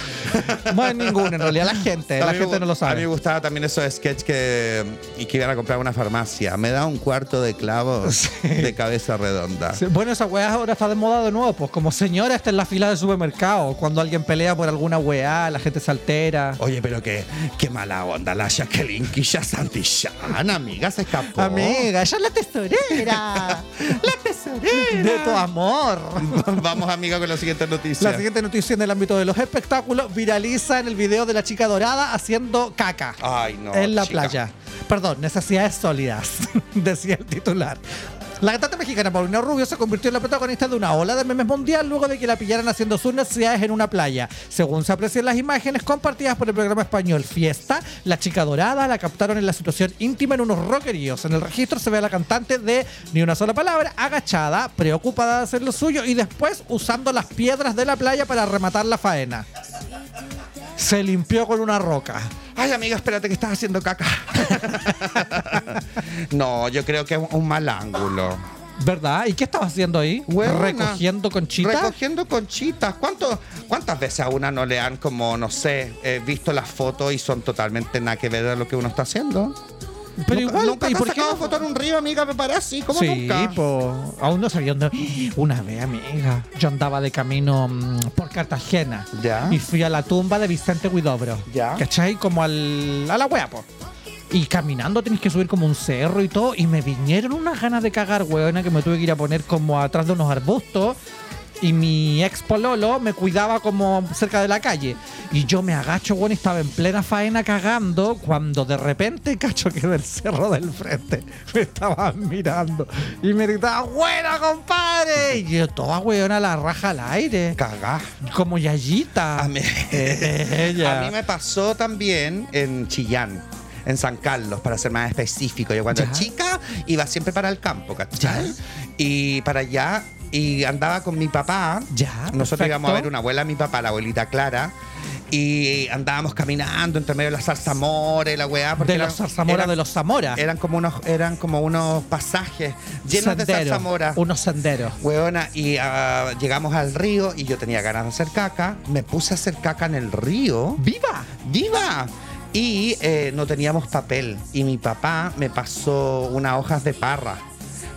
Speaker 3: No hay ninguna en realidad, la gente,
Speaker 2: A
Speaker 3: Eh, la
Speaker 2: mí
Speaker 3: gente
Speaker 2: me-
Speaker 3: no lo
Speaker 2: A mí me
Speaker 3: sabe.
Speaker 2: gustaba también esos sketch que, y que iban a comprar a una farmacia. Me da un cuarto de clavos de cabeza redonda.
Speaker 3: Sí, Bueno, esa weá ahora está de moda de nuevo, pues como señora está en la fila del supermercado, cuando alguien pelea por alguna weá, la gente se altera.
Speaker 2: Oye, pero qué, qué mala onda la Jacqueline Quilla Santillán, amiga, se
Speaker 3: Oh.
Speaker 2: escapó.
Speaker 3: Amiga, ella es la tesorera, la tesorera de tu amor.
Speaker 2: Vamos, amiga, con la siguiente noticia.
Speaker 3: La siguiente noticia en el ámbito de los espectáculos viraliza en el video de la chica dorada haciendo caca
Speaker 2: Ay, no.
Speaker 3: en la
Speaker 2: chica.
Speaker 3: playa. Perdón, necesidades sólidas, decía el titular. La cantante mexicana Paulina Rubio se convirtió en la protagonista de una ola de memes mundial luego de que la pillaran haciendo sus necesidades en una playa. Según se aprecian las imágenes compartidas por el programa español Fiesta, la chica dorada la captaron en la situación íntima en unos rockeríos. En el registro se ve a la cantante de ni una sola palabra, agachada, preocupada de hacer lo suyo y después usando las piedras de la playa para rematar la faena. Se limpió con una roca.
Speaker 2: Ay, amiga, espérate que estás haciendo caca. no, yo creo que es un mal ángulo.
Speaker 3: ¿Verdad? ¿Y qué estabas haciendo ahí?
Speaker 2: Huevona.
Speaker 3: ¿Recogiendo conchitas?
Speaker 2: Recogiendo conchitas. ¿Cuánto- ¿Cuántas veces a una no le han, como, no sé, eh, visto las fotos y son totalmente nada que ver a lo que uno está haciendo? Nunca-
Speaker 3: Pero igual,
Speaker 2: ¿Nunca
Speaker 3: ¿y
Speaker 2: te has
Speaker 3: por qué
Speaker 2: sacado
Speaker 3: no?
Speaker 2: foto en un río, amiga? Me parece. ¿Cómo
Speaker 3: sí,
Speaker 2: nunca?
Speaker 3: po. aún no sabía dónde. Una vez, amiga, yo andaba de camino mm, por Cartagena.
Speaker 2: Ya.
Speaker 3: Y fui a la tumba de Vicente Huidobro.
Speaker 2: Ah. Ya.
Speaker 3: ¿Cachai? Como al, a la wea, po. Y caminando tenés que subir como un cerro y todo. Y me vinieron unas ganas de cagar, weona, que me tuve que ir a poner como atrás de unos arbustos. Y mi ex pololo me cuidaba como cerca de la calle. Y yo me agacho, weón, y estaba en plena faena cagando. Cuando de repente cacho que del cerro del frente me estaban mirando. Y me gritaba, ¡Buena, compadre! Y yo, toda weona, la raja al aire.
Speaker 2: Cagá.
Speaker 3: Como Yayita.
Speaker 2: A mí,
Speaker 3: Eh, Ella.
Speaker 2: a mí me pasó también en Chillán. En San Carlos, para ser más específico. Yo cuando
Speaker 3: Ya.
Speaker 2: era chica iba siempre para el campo, ¿cachai? Y para allá, y andaba con mi papá.
Speaker 3: Ya,
Speaker 2: Nosotros
Speaker 3: perfecto.
Speaker 2: íbamos a ver una abuela, mi papá, la abuelita Clara. Y andábamos caminando entre medio de las zarzamores, la weá. porque
Speaker 3: de
Speaker 2: eran-
Speaker 3: los Zarzamora,
Speaker 2: eran-
Speaker 3: de los Zamora.
Speaker 2: Eran como unos, eran como unos pasajes llenos de
Speaker 3: Senderos,
Speaker 2: zarzamora.
Speaker 3: Unos senderos.
Speaker 2: Hueona, y ah, llegamos al río y yo tenía ganas de hacer caca. Me puse a hacer caca en el río.
Speaker 3: ¡Viva!
Speaker 2: ¡Viva! Y eh, no teníamos papel. Y mi papá me pasó unas hojas de parra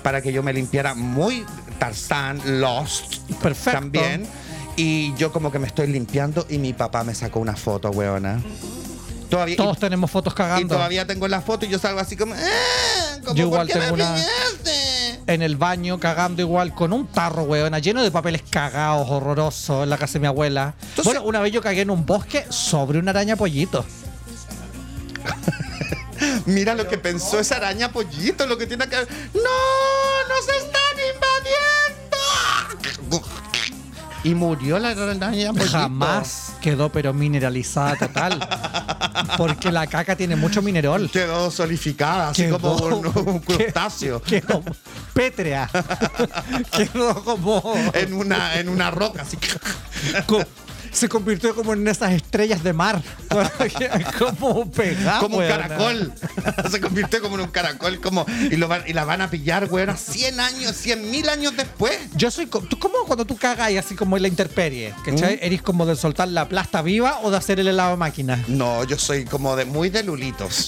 Speaker 2: para que yo me limpiara muy Tarzán, Lost
Speaker 3: Perfecto.
Speaker 2: también. Y yo como que me estoy limpiando y mi papá me sacó una foto, weona. Todavía,
Speaker 3: Todos tenemos fotos
Speaker 2: y, y
Speaker 3: cagando.
Speaker 2: todavía tengo la foto y yo salgo así como... "Ah, como
Speaker 3: Yo
Speaker 2: ¿por
Speaker 3: igual
Speaker 2: qué
Speaker 3: tengo
Speaker 2: me
Speaker 3: una-
Speaker 2: pillaste?".
Speaker 3: en el baño cagando igual con un tarro, weona, lleno de papeles cagados, horrorosos, en la casa de mi abuela.
Speaker 2: Entonces-
Speaker 3: bueno, una vez yo cagué en un bosque sobre una araña pollito.
Speaker 2: Mira lo que pensó esa araña pollito, lo que tiene que... ¡No! ¡Nos están invadiendo! Y murió la araña pollito.
Speaker 3: Jamás quedó pero mineralizada total. porque la caca tiene mucho mineral.
Speaker 2: Quedó solidificada, así
Speaker 3: Quedó-
Speaker 2: como un, un
Speaker 3: que-
Speaker 2: crustáceo.
Speaker 3: Quedó pétrea. quedó como...
Speaker 2: En una, en una roca, así.
Speaker 3: co- se convirtió como en esas estrellas de mar. como pegado.
Speaker 2: Como un
Speaker 3: weona.
Speaker 2: caracol. Se convirtió como en un caracol. Como, y, lo van- y la van a pillar, weón, 100 años, 100 mil años después.
Speaker 3: Yo soy. co- ¿Tú cómo cuando tú cagas y así como en la interperie? ¿Cachai? ¿Eres como de soltar la plasta viva o de hacer el helado a máquina?
Speaker 2: No, yo soy como de muy de lulitos.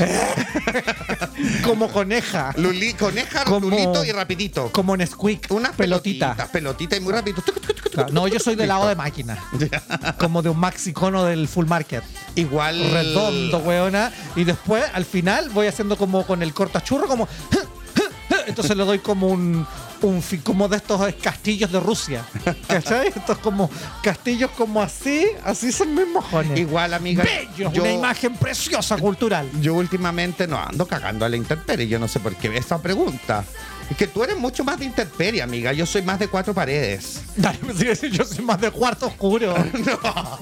Speaker 3: Como coneja.
Speaker 2: Luli, coneja,
Speaker 3: Como-
Speaker 2: lulito y rapidito.
Speaker 3: Como en squeak.
Speaker 2: Unas
Speaker 3: pelotita.
Speaker 2: pelotitas, pelotita y muy rápido.
Speaker 3: Claro, No, yo soy del lado de máquina. Como de un maxicono del full market.
Speaker 2: Igual.
Speaker 3: Redondo, weona. Y después, al final, voy haciendo como con el cortachurro, como. Entonces le doy como un. un fi- como de estos eh, castillos de Rusia. ¿Cachai? Estos como castillos como así. Así son mis mojones.
Speaker 2: Igual, amiga.
Speaker 3: bello,
Speaker 2: yo-
Speaker 3: una imagen preciosa cultural.
Speaker 2: Yo últimamente no ando cagando a la intemperie, yo no sé por qué esa pregunta. Es que tú eres mucho más de intemperie, amiga. Yo soy más de cuatro paredes.
Speaker 3: Dale, me sigue diciendo, yo soy más de cuarto oscuro.
Speaker 2: No.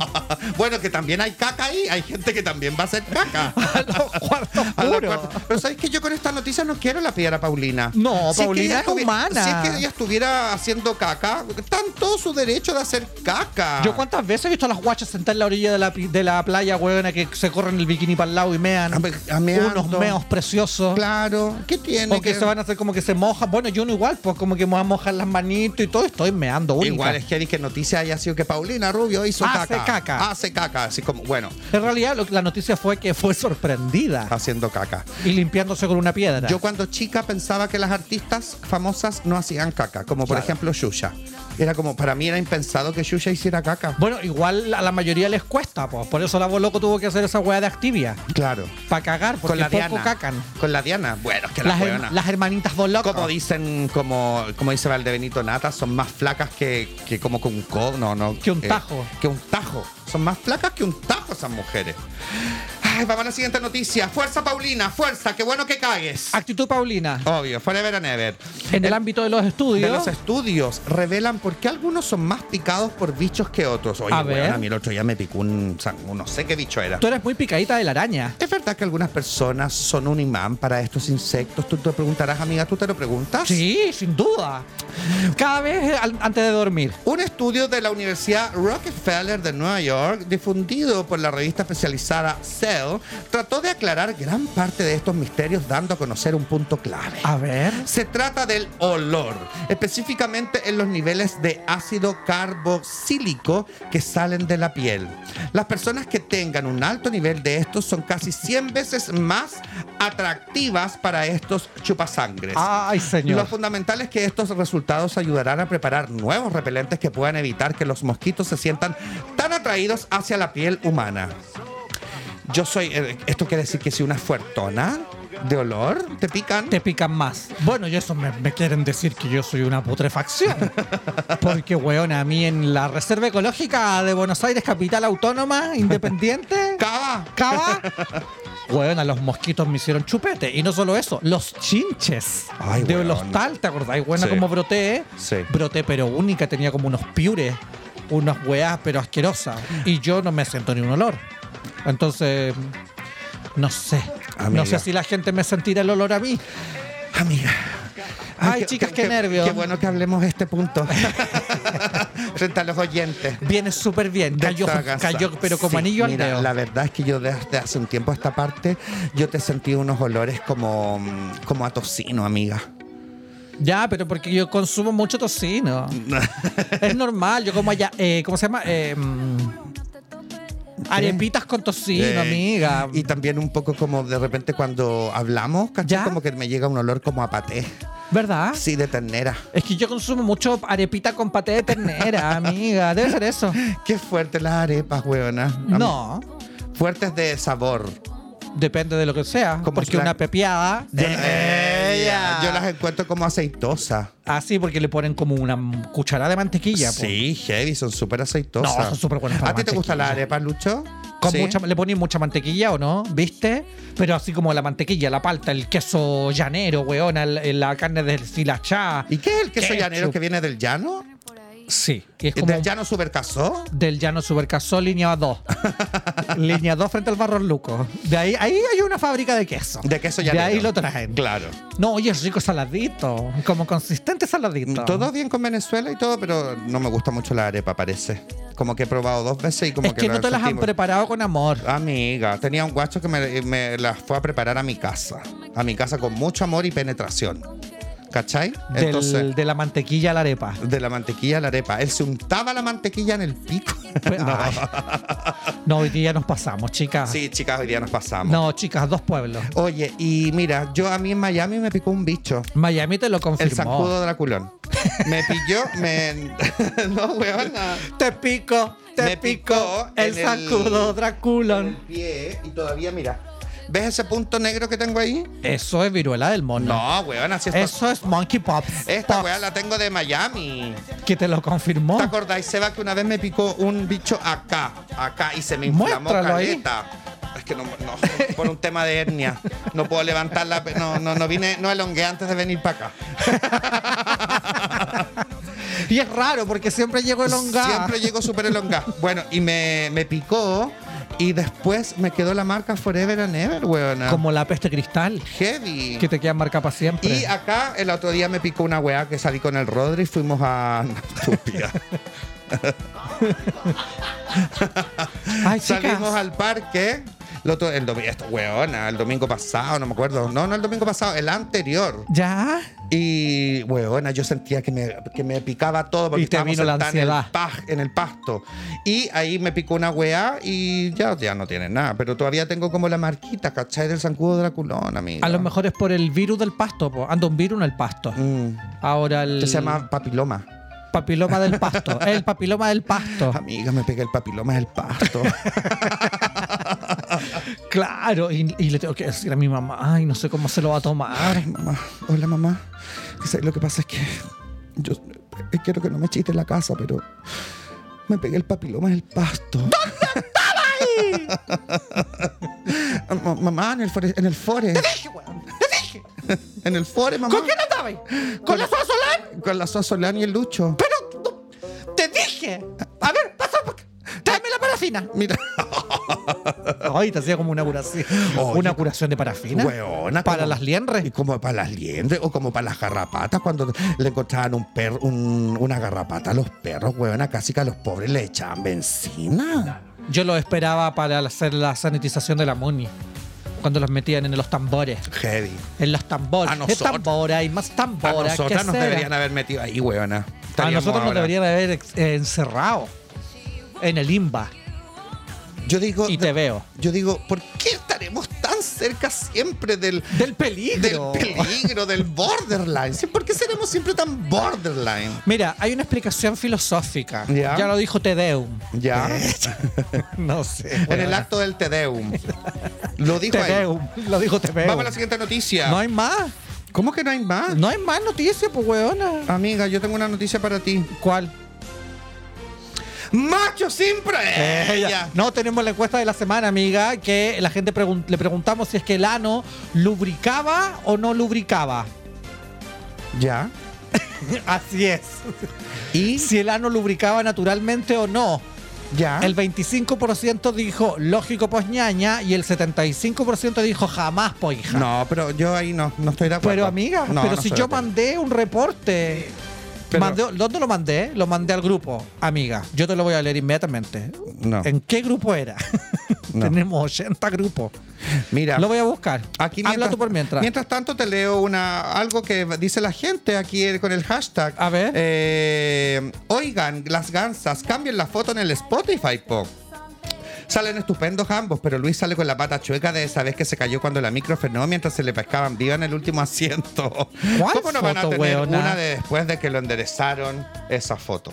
Speaker 2: Bueno, que también hay caca ahí. Hay gente que también va a hacer caca.
Speaker 3: A los cuarto
Speaker 2: A la
Speaker 3: oscuro.
Speaker 2: cuarta- Pero sabes que yo con esta noticia no quiero la piedra Paulina.
Speaker 3: No,
Speaker 2: es que
Speaker 3: Paulina
Speaker 2: ella
Speaker 3: es
Speaker 2: tuvi-
Speaker 3: humana.
Speaker 2: Si es que ella estuviera haciendo caca, está en todo su derecho de hacer caca.
Speaker 3: Yo cuántas veces he visto a las guachas sentadas en la orilla de la, pi- de la playa, weona, que se corren el bikini para el lado y mean.
Speaker 2: A ver, a Ah, meando.
Speaker 3: Unos meos preciosos.
Speaker 2: Claro, ¿qué tiene?
Speaker 3: O que se van a hacer como que se mojan. Bueno, yo no igual, pues como que me voy a mojar las manitos y todo. Estoy meando, única.
Speaker 2: Igual es que dije noticia haya sido que Paulina Rubio hizo
Speaker 3: Hace
Speaker 2: caca.
Speaker 3: caca.
Speaker 2: Hace caca, así como, bueno,
Speaker 3: En realidad, lo que- la noticia fue que fue sorprendida
Speaker 2: haciendo caca.
Speaker 3: y limpiándose con una piedra.
Speaker 2: Ah. Yo cuando chica pensaba que las artistas famosas no hacían caca, como por
Speaker 3: Claro.
Speaker 2: ejemplo Yuya. Era como, para mí era impensado que Yuya hiciera caca.
Speaker 3: bueno, igual a la mayoría les cuesta, pues. Por eso la voz loco tuvo que hacer esa weá de Activia.
Speaker 2: Claro.
Speaker 3: Para cagar, porque
Speaker 2: Con la
Speaker 3: poco
Speaker 2: Diana.
Speaker 3: cacan.
Speaker 2: Con la Diana. Bueno, es que
Speaker 3: Las, em-
Speaker 2: las
Speaker 3: her-
Speaker 2: weonas.
Speaker 3: las hermanitas voz loco.
Speaker 2: Como dicen, como, como dice Valdebenito Nata, son más flacas que, que como que un co, no, no.
Speaker 3: Que un
Speaker 2: eh,
Speaker 3: tajo.
Speaker 2: que un tajo. Son más flacas que un tajo esas mujeres. Ay, vamos a la siguiente noticia. Fuerza, Paulina, fuerza, qué bueno que cagues.
Speaker 3: Actitud Paulina.
Speaker 2: Obvio, forever and ever.
Speaker 3: En el, ámbito de los estudios.
Speaker 2: Oh, De los estudios revelan por qué algunos son más picados por bichos que otros. Oye,
Speaker 3: A
Speaker 2: weón,
Speaker 3: ver.
Speaker 2: a mí el otro día me picó un, zancudo, no sé qué bicho era.
Speaker 3: Tú eres muy picadita de la araña.
Speaker 2: ¿Es verdad que algunas personas son un imán para estos insectos? Tú te preguntarás, amiga, ¿tú te lo preguntas?
Speaker 3: Sí, sin duda. Cada vez eh, al- antes de dormir.
Speaker 2: Un estudio de la Universidad Rockefeller de Nueva York, difundido por la revista especializada Cell, trató de aclarar gran parte de estos misterios dando a conocer un punto clave.
Speaker 3: A ver.
Speaker 2: Se trata del olor, específicamente en los niveles de ácido carboxílico que salen de la piel. Las personas que tengan un alto nivel de estos son casi 100 veces más atractivas para estos chupasangres.
Speaker 3: Ay,
Speaker 2: Lo
Speaker 3: señor.
Speaker 2: fundamental es que estos resultados ayudarán a preparar nuevos repelentes que puedan evitar que los mosquitos se sientan tan atraídos hacia la piel humana. Yo soy. eh, Esto quiere decir que si una fuertona de olor te pican.
Speaker 3: Te pican más. Bueno, y eso me, me quieren decir que yo soy una putrefacción. Porque, weón, a mí en la Reserva Ecológica de Buenos Aires, capital autónoma, independiente,
Speaker 2: Cava.
Speaker 3: cava, weón, a los mosquitos me hicieron chupete. Y no solo eso, los chinches
Speaker 2: Ay,
Speaker 3: de
Speaker 2: weón.
Speaker 3: los tal, ¿te acordáis? Bueno,
Speaker 2: Sí.
Speaker 3: como broté, ¿eh?
Speaker 2: Sí.
Speaker 3: broté, pero única, tenía como unos piures, unas weas, pero asquerosas. Y yo no me siento ni un olor. Entonces, no sé.
Speaker 2: Amiga.
Speaker 3: No sé si la gente me sentirá el olor a mí.
Speaker 2: Amiga.
Speaker 3: Ay, chicas, qué nervios.
Speaker 2: Qué bueno que hablemos de este punto. Frente a los oyentes.
Speaker 3: Viene súper bien.
Speaker 2: de
Speaker 3: Cayó,
Speaker 2: esta casa.
Speaker 3: cayó, pero como
Speaker 2: Sí,
Speaker 3: anillo al
Speaker 2: mira,
Speaker 3: dedo.
Speaker 2: La verdad es que yo desde hace un tiempo a esta parte, yo te sentí unos olores como, mm, como a tocino, amiga.
Speaker 3: Ya, pero porque yo consumo mucho tocino. es normal. Yo como allá, eh, ¿cómo se llama? Eh, mm, arepitas con tocino,
Speaker 2: Eh,
Speaker 3: amiga.
Speaker 2: Y también un poco como de repente cuando hablamos, ¿cachai?
Speaker 3: ¿Ya?
Speaker 2: Como que me llega un olor como a paté.
Speaker 3: ¿Verdad?
Speaker 2: Sí, de ternera.
Speaker 3: Es que yo consumo mucho arepita con paté de ternera, amiga. Debe ser eso.
Speaker 2: Qué fuerte las arepas, weona.
Speaker 3: No,
Speaker 2: Fuertes de sabor.
Speaker 3: depende de lo que sea.
Speaker 2: Como
Speaker 3: Porque
Speaker 2: flan.
Speaker 3: una pepiada eh, de ella.
Speaker 2: Yo las encuentro como aceitosas.
Speaker 3: Así, porque le ponen como una cucharada de mantequilla. po.
Speaker 2: Sí, heavy, son súper aceitosas.
Speaker 3: pues. No, son súper buenas para
Speaker 2: ¿A ti te gustan las
Speaker 3: mantequilla.
Speaker 2: arepas, Lucho?
Speaker 3: Con
Speaker 2: Sí.
Speaker 3: mucha- le ponen mucha mantequilla o no, ¿viste? Pero así como la mantequilla, la palta, el queso llanero, weón, la carne del silachá.
Speaker 2: ¿Y qué es el queso
Speaker 3: Ketchup.
Speaker 2: llanero que viene del llano?
Speaker 3: Sí. Y es como
Speaker 2: ¿De Llano Supercasó?
Speaker 3: del Llano Supercasó, línea 2. línea 2 frente al Barros Luco. De ahí, ahí hay una fábrica de queso.
Speaker 2: De queso ya
Speaker 3: De ahí lo traen.
Speaker 2: Claro.
Speaker 3: No, oye, es rico saladito. Como consistente saladito.
Speaker 2: Todo bien con Venezuela y todo, pero no me gusta mucho la arepa, parece. Como que he probado dos veces y como
Speaker 3: es que no te las han
Speaker 2: resistimos.
Speaker 3: preparado con amor.
Speaker 2: Amiga, tenía un guacho que me, me las fue a preparar a mi casa. A mi casa con mucho amor y penetración. ¿Cachai?
Speaker 3: Del-
Speaker 2: Entonces,
Speaker 3: de la mantequilla a la arepa.
Speaker 2: de la mantequilla a la arepa. Él se untaba la mantequilla en el pico.
Speaker 3: Ay. No, hoy día nos pasamos, chicas.
Speaker 2: Sí, chicas, hoy día nos pasamos.
Speaker 3: No, chicas, dos pueblos.
Speaker 2: Oye, y mira, yo a mí en Miami me picó un bicho.
Speaker 3: Miami te lo
Speaker 2: El
Speaker 3: confirmó.
Speaker 2: zancudo draculón. Me pilló, me. no, huevona.
Speaker 3: Te pico, te
Speaker 2: Me
Speaker 3: pico,
Speaker 2: picó
Speaker 3: el
Speaker 2: en el-
Speaker 3: zancudo
Speaker 2: En el
Speaker 3: Draculon.
Speaker 2: pie y todavía, mira. ¿Ves ese punto negro que tengo ahí?
Speaker 3: Eso es viruela del mono.
Speaker 2: No, huevona, si esto-
Speaker 3: Eso es Monkey Pops.
Speaker 2: Esta
Speaker 3: Pops,
Speaker 2: weá la tengo de Miami.
Speaker 3: que te lo confirmó.
Speaker 2: ¿Te acordáis, Seba, que una vez me picó un bicho acá, acá, y se me inflamó
Speaker 3: Muéstralo ahí.
Speaker 2: caleta? Es que no, no, por un tema de hernia. No puedo levantar la... pe- No, no, no vine, no elongué antes de venir para acá.
Speaker 3: Y es raro porque siempre llego elongado.
Speaker 2: Siempre llego súper elongado. Bueno, y me, me picó y después me quedó la marca Forever and Ever, weona.
Speaker 3: Como la peste cristal,
Speaker 2: heavy.
Speaker 3: que te queda marca para siempre.
Speaker 2: Y acá el otro día me picó una weá que salí con el Rodri y fuimos a... Estúpida.
Speaker 3: Ay, chicas.
Speaker 2: Salimos al parque. El otro, el domingo, esto, weona, el domingo pasado, no me acuerdo. No, no el domingo pasado, el anterior.
Speaker 3: ¿Ya?
Speaker 2: Y, weona, yo sentía que me, que me picaba todo porque
Speaker 3: Y te
Speaker 2: estábamos
Speaker 3: vino la
Speaker 2: sentadas en el
Speaker 3: ansiedad.
Speaker 2: paj- en el pasto. Y ahí me picó una weá y ya, ya no tiene nada. Pero todavía tengo como la marquita, ¿cachai? Del zancudo draculón, amigo.
Speaker 3: A lo mejor es por el virus del pasto. po. Anda un virus en el pasto.
Speaker 2: Mm.
Speaker 3: Ahora el
Speaker 2: Esto se llama papiloma.
Speaker 3: papiloma del pasto. el papiloma del pasto.
Speaker 2: Amiga, me pega el papiloma del pasto.
Speaker 3: Claro, y, y le tengo que decir a mi mamá, ay, no sé cómo se lo va a tomar.
Speaker 2: Ay, mamá. Hola, mamá. Dice, Lo que pasa es que yo eh, quiero que no me chiste la casa, pero me pegué el papiloma en el pasto. ¿Dónde estaba ahí? mamá, en el fore. En el fore. en el fore, mamá.
Speaker 3: ¿Con quién andaba ahí? ¿Con,
Speaker 2: Con-
Speaker 3: la Sua Solán?
Speaker 2: Con la Soa Solán y el Lucho.
Speaker 3: Pero no, te dije. A ver, pasa por acá. Tráeme la parafina.
Speaker 2: Mira.
Speaker 3: Ay, te hacía como una curación.
Speaker 2: Oye.
Speaker 3: una curación de parafina.
Speaker 2: Hueona,
Speaker 3: para
Speaker 2: como-
Speaker 3: las lienres.
Speaker 2: Y como para las liendres o como para las garrapatas, cuando le encontraban un perro, un- una garrapata a los perros, huevona, casi que a los pobres le echaban benzina.
Speaker 3: Yo lo esperaba para hacer la sanitización de la muni. Cuando los metían en los tambores.
Speaker 2: Heavy.
Speaker 3: En los tambores.
Speaker 2: A nosotros-
Speaker 3: De tambora y más
Speaker 2: A
Speaker 3: tambora. ¿qué
Speaker 2: nosotras nos
Speaker 3: será?
Speaker 2: deberían haber metido ahí, huevona.
Speaker 3: A
Speaker 2: Estaríamos
Speaker 3: nosotros nos
Speaker 2: ahora.
Speaker 3: deberían haber ex- eh, encerrado en el IMBA.
Speaker 2: Yo digo,
Speaker 3: Y te veo.
Speaker 2: yo digo, ¿por qué estaremos tan cerca siempre del,
Speaker 3: Del
Speaker 2: del
Speaker 3: peligro.
Speaker 2: peligro, del borderline? ¿Sí? ¿Por qué seremos siempre tan borderline?
Speaker 3: Mira, hay una explicación filosófica.
Speaker 2: Ya.
Speaker 3: lo dijo Tedeum.
Speaker 2: Ya.
Speaker 3: No sé.
Speaker 2: en el acto del Tedeum. Lo dijo ahí.
Speaker 3: Tedeum. Lo dijo Tedeum.
Speaker 2: Vamos a la siguiente noticia.
Speaker 3: No hay más.
Speaker 2: ¿Cómo que no hay más?
Speaker 3: No hay más noticias, pues, weona.
Speaker 2: Amiga, yo tengo una noticia para ti.
Speaker 3: ¿Cuál?
Speaker 2: ¡Macho siempre!
Speaker 3: Ella. Eh, No, tenemos la encuesta de la semana, amiga, que la gente pregun- le preguntamos si es que el ano lubricaba o no lubricaba.
Speaker 2: Ya.
Speaker 3: Así es.
Speaker 2: Y
Speaker 3: Si el ano lubricaba naturalmente o no.
Speaker 2: ya.
Speaker 3: El 25% dijo lógico pues ñaña y el 75% dijo jamás pues hija.
Speaker 2: No, pero yo ahí no, no estoy de acuerdo.
Speaker 3: Pero amiga,
Speaker 2: No,
Speaker 3: pero
Speaker 2: no
Speaker 3: si
Speaker 2: estoy de
Speaker 3: yo
Speaker 2: acuerdo.
Speaker 3: mandé un reporte.
Speaker 2: pero-
Speaker 3: Mandé- ¿Dónde lo mandé? Lo mandé al grupo. Amiga, yo te lo voy a leer inmediatamente.
Speaker 2: No.
Speaker 3: ¿En qué grupo era?
Speaker 2: No.
Speaker 3: Tenemos 80 grupos.
Speaker 2: Mira.
Speaker 3: Lo voy a buscar.
Speaker 2: Aquí
Speaker 3: Habla tú por mientras.
Speaker 2: Mientras tanto, te leo una, algo que dice la gente aquí eh, con el hashtag.
Speaker 3: A ver.
Speaker 2: Eh, Oigan, las gansas, cambien la foto en el Spotify, po. Salen estupendos ambos, pero Luis sale con la pata chueca de esa vez que se cayó cuando la micro frenó mientras se le pescaban viva en el último asiento.
Speaker 3: ¿Cuál
Speaker 2: ¿Cómo no van a
Speaker 3: foto,
Speaker 2: tener
Speaker 3: weona?
Speaker 2: una de después de que lo enderezaron esa foto?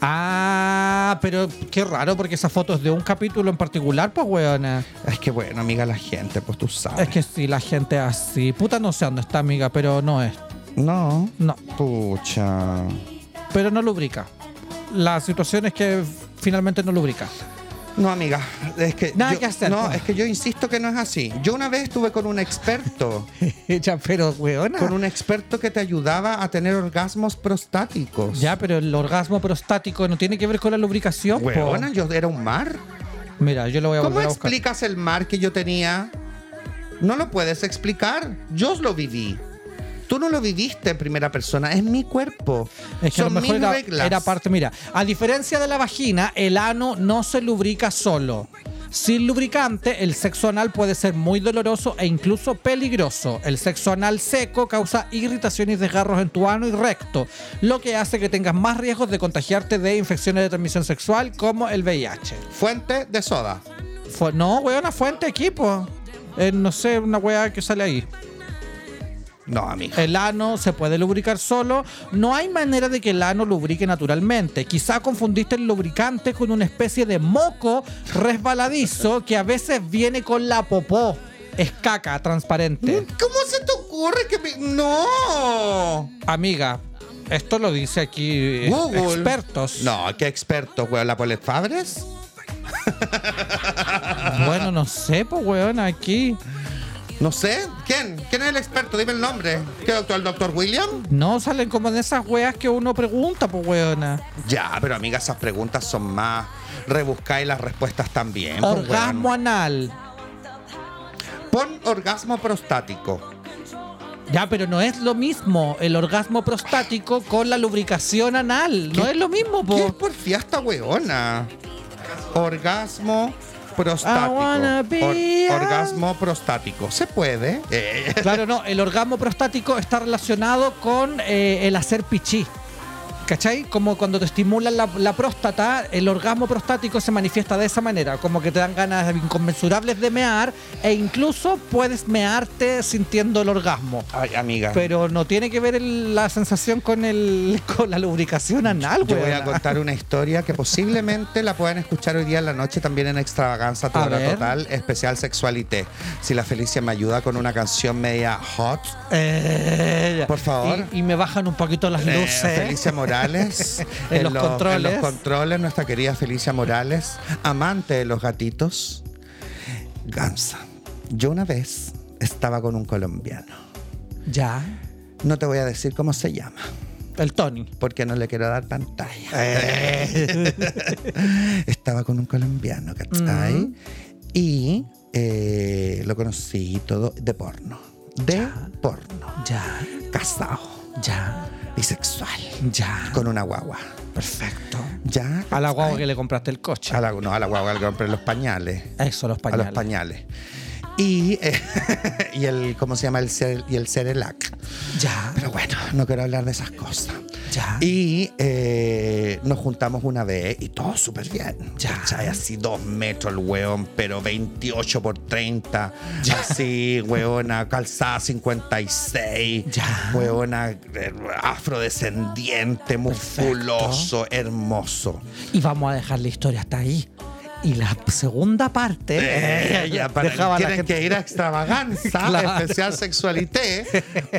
Speaker 3: Ah, pero qué raro porque esa foto es de un capítulo en particular, pues weona.
Speaker 2: Es que bueno, amiga, la gente, pues tú sabes.
Speaker 3: Es que sí, la gente es así. Puta no sé dónde está, amiga, pero no es.
Speaker 2: No.
Speaker 3: No.
Speaker 2: Pucha.
Speaker 3: Pero no lubrica. La situación es que finalmente no lubrica.
Speaker 2: No, amiga, es que
Speaker 3: Nada
Speaker 2: yo,
Speaker 3: que hacer,
Speaker 2: No,
Speaker 3: pues.
Speaker 2: es que yo insisto que no es así. Yo una vez estuve con un experto,
Speaker 3: ya, pero, weona.
Speaker 2: con un experto que te ayudaba a tener orgasmos prostáticos.
Speaker 3: Ya, pero el orgasmo prostático no tiene que ver con la lubricación. po.
Speaker 2: Huevona, yo era un mar.
Speaker 3: Mira, yo lo voy a
Speaker 2: ¿Cómo
Speaker 3: volver a buscar.
Speaker 2: explicas el mar que yo tenía? No lo puedes explicar. Yo lo viví. Tú no lo viviste en primera persona, es mi cuerpo.
Speaker 3: Es que a
Speaker 2: Son
Speaker 3: lo mejor
Speaker 2: mis
Speaker 3: era,
Speaker 2: reglas.
Speaker 3: era parte, mira, a diferencia de la vagina, el ano no se lubrica solo. Sin lubricante, el sexo anal puede ser muy doloroso e incluso peligroso. El sexo anal seco causa irritación y desgarros en tu ano y recto, lo que hace que tengas más riesgos de contagiarte de infecciones de transmisión sexual como el VIH.
Speaker 2: Fuente de soda.
Speaker 3: Fu- no, weón, una fuente equipo. Eh, no sé, una weá que sale ahí.
Speaker 2: No, amiga.
Speaker 3: El ano se puede lubricar solo. No hay manera de que el ano lubrique naturalmente. Quizá confundiste el lubricante con una especie de moco resbaladizo que a veces viene con la popó. Es caca transparente.
Speaker 2: ¿Cómo se te ocurre que me... No.
Speaker 3: Amiga, esto lo dice aquí eh,
Speaker 2: Google.
Speaker 3: expertos.
Speaker 2: No, ¿qué expertos, weón? ¿La Paulette Fabres?
Speaker 3: Bueno, no sé, pues, weón, aquí.
Speaker 2: No sé. ¿Quién? ¿Quién es el experto? Dime el nombre. ¿Qué doctor? ¿El doctor William?
Speaker 3: No salen como de esas weas que uno pregunta, pues, weona.
Speaker 2: Ya, pero amiga, esas preguntas son más rebuscadas y las respuestas también. pues,
Speaker 3: Orgasmo
Speaker 2: weón.
Speaker 3: anal.
Speaker 2: Pon orgasmo prostático.
Speaker 3: Ya, pero no es lo mismo el orgasmo prostático con la lubricación anal. No es lo mismo, po.
Speaker 2: ¿Qué es por fiesta, weona? Orgasmo
Speaker 3: I
Speaker 2: prostático.
Speaker 3: wanna be a-
Speaker 2: orgasmo prostático. ¿Se puede? Eh,
Speaker 3: Claro, no, el orgasmo prostático está relacionado con eh, el hacer pichí. ¿Cachai? Como cuando te estimulan la, la próstata, el orgasmo prostático se manifiesta de esa manera, como que te dan ganas inconmensurables de mear e incluso puedes mearte sintiendo el orgasmo.
Speaker 2: Ay, amiga.
Speaker 3: Pero no tiene que ver el- la sensación con, el, con la lubricación anal,
Speaker 2: Yo voy a
Speaker 3: weona.
Speaker 2: contar una historia que posiblemente la puedan escuchar hoy día en la noche también en Extravaganza
Speaker 3: A
Speaker 2: Toda
Speaker 3: ver.
Speaker 2: Total, especial Sexualité. Si la Felicia me ayuda con una canción media hot,
Speaker 3: Eh,
Speaker 2: Por favor.
Speaker 3: Y, y me bajan un poquito las
Speaker 2: eh,
Speaker 3: luces.
Speaker 2: Felicia Morales.
Speaker 3: En los controles.
Speaker 2: en los controles, nuestra querida Felicia Morales, amante de los gatitos. Gansa, yo una vez estaba con un colombiano.
Speaker 3: Ya.
Speaker 2: No te voy a decir cómo se llama,
Speaker 3: El Tony.
Speaker 2: porque no le quiero dar pantalla.
Speaker 3: Eh.
Speaker 2: Estaba con un colombiano, ¿cachai?
Speaker 3: Mm.
Speaker 2: Y eh, lo conocí y todo de porno. De porno.
Speaker 3: Ya,
Speaker 2: Casado.
Speaker 3: ya,
Speaker 2: Bisexual.
Speaker 3: ya.
Speaker 2: Con una guagua.
Speaker 3: Perfecto.
Speaker 2: Ya.
Speaker 3: A la guagua
Speaker 2: ¿cachai?
Speaker 3: que le compraste el coche.
Speaker 2: A la, no, a la guagua le compré los pañales.
Speaker 3: Eso, los
Speaker 2: A
Speaker 3: pañales.
Speaker 2: los pañales. Y, eh, y el, ¿cómo se llama? El, cel- y el Cerelac.
Speaker 3: Ya,
Speaker 2: Pero bueno, no quiero hablar de esas cosas.
Speaker 3: ya.
Speaker 2: Y eh, nos juntamos una vez y todo súper bien.
Speaker 3: Ya.
Speaker 2: ¿Cachai? Así dos metros el weón, pero 28 por 30. Así, weona, calzada 56.
Speaker 3: Ya.
Speaker 2: Weona eh, afrodescendiente, musculoso, hermoso.
Speaker 3: Y vamos a dejar la historia hasta ahí. Y la segunda parte.
Speaker 2: Eh, ya para-
Speaker 3: dejaba a la
Speaker 2: tienen
Speaker 3: gente-
Speaker 2: que ir a extravaganza,
Speaker 3: Claro.
Speaker 2: especial sexualité,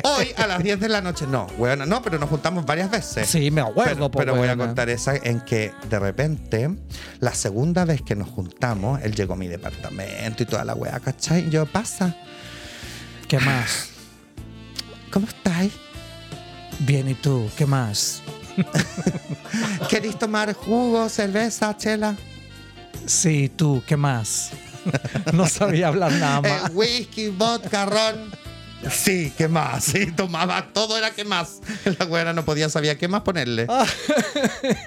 Speaker 2: hoy a las 10 de la noche. No, weona, no, pero nos juntamos varias veces.
Speaker 3: Sí, me acuerdo, pues,
Speaker 2: Pero,
Speaker 3: po,
Speaker 2: pero voy a
Speaker 3: weona.
Speaker 2: contar esa en que de repente, la segunda vez que nos juntamos, él llegó a mi departamento y toda la wea, ¿cachai? Y yo, pasa,
Speaker 3: ¿Qué más?
Speaker 2: ¿cómo estáis?
Speaker 3: Bien, ¿y tú? ¿Qué más?
Speaker 2: ¿Queréis tomar jugo, cerveza, chela?
Speaker 3: Sí, tú, ¿qué más? No sabía hablar nada
Speaker 2: Eh,
Speaker 3: más.
Speaker 2: whisky, vodka, ron. Sí, ¿qué más? Sí, tomaba todo, era ¿qué más? La güera no podía, sabía qué más ponerle.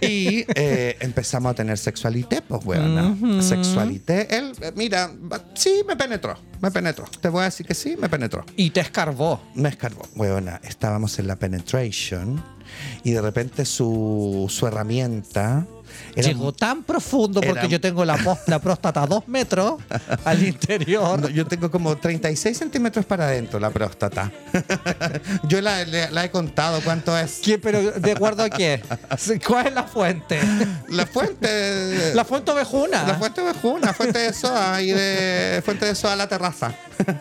Speaker 2: y eh, empezamos a tener sexualité, pues, weona.
Speaker 3: Ujú.
Speaker 2: Sexualité. Él, eh, mira, va- sí, me penetró, me penetró. Te voy a decir que sí, me penetró.
Speaker 3: Y te escarbó.
Speaker 2: Me escarbó, weona. Estábamos en la penetration y de repente su, su herramienta era
Speaker 3: Llegó tan profundo porque
Speaker 2: era-
Speaker 3: yo tengo la, pos- la próstata a dos metros al interior.
Speaker 2: No, yo tengo como 36 centímetros para adentro la próstata. yo la, le- la he contado cuánto es.
Speaker 3: ¿Qué, pero ¿De acuerdo a qué? ¿Cuál es la fuente?
Speaker 2: La fuente.
Speaker 3: La fuente ovejuna.
Speaker 2: La fuente de Juna, fuente de soda y de fuente de soda a la terraza.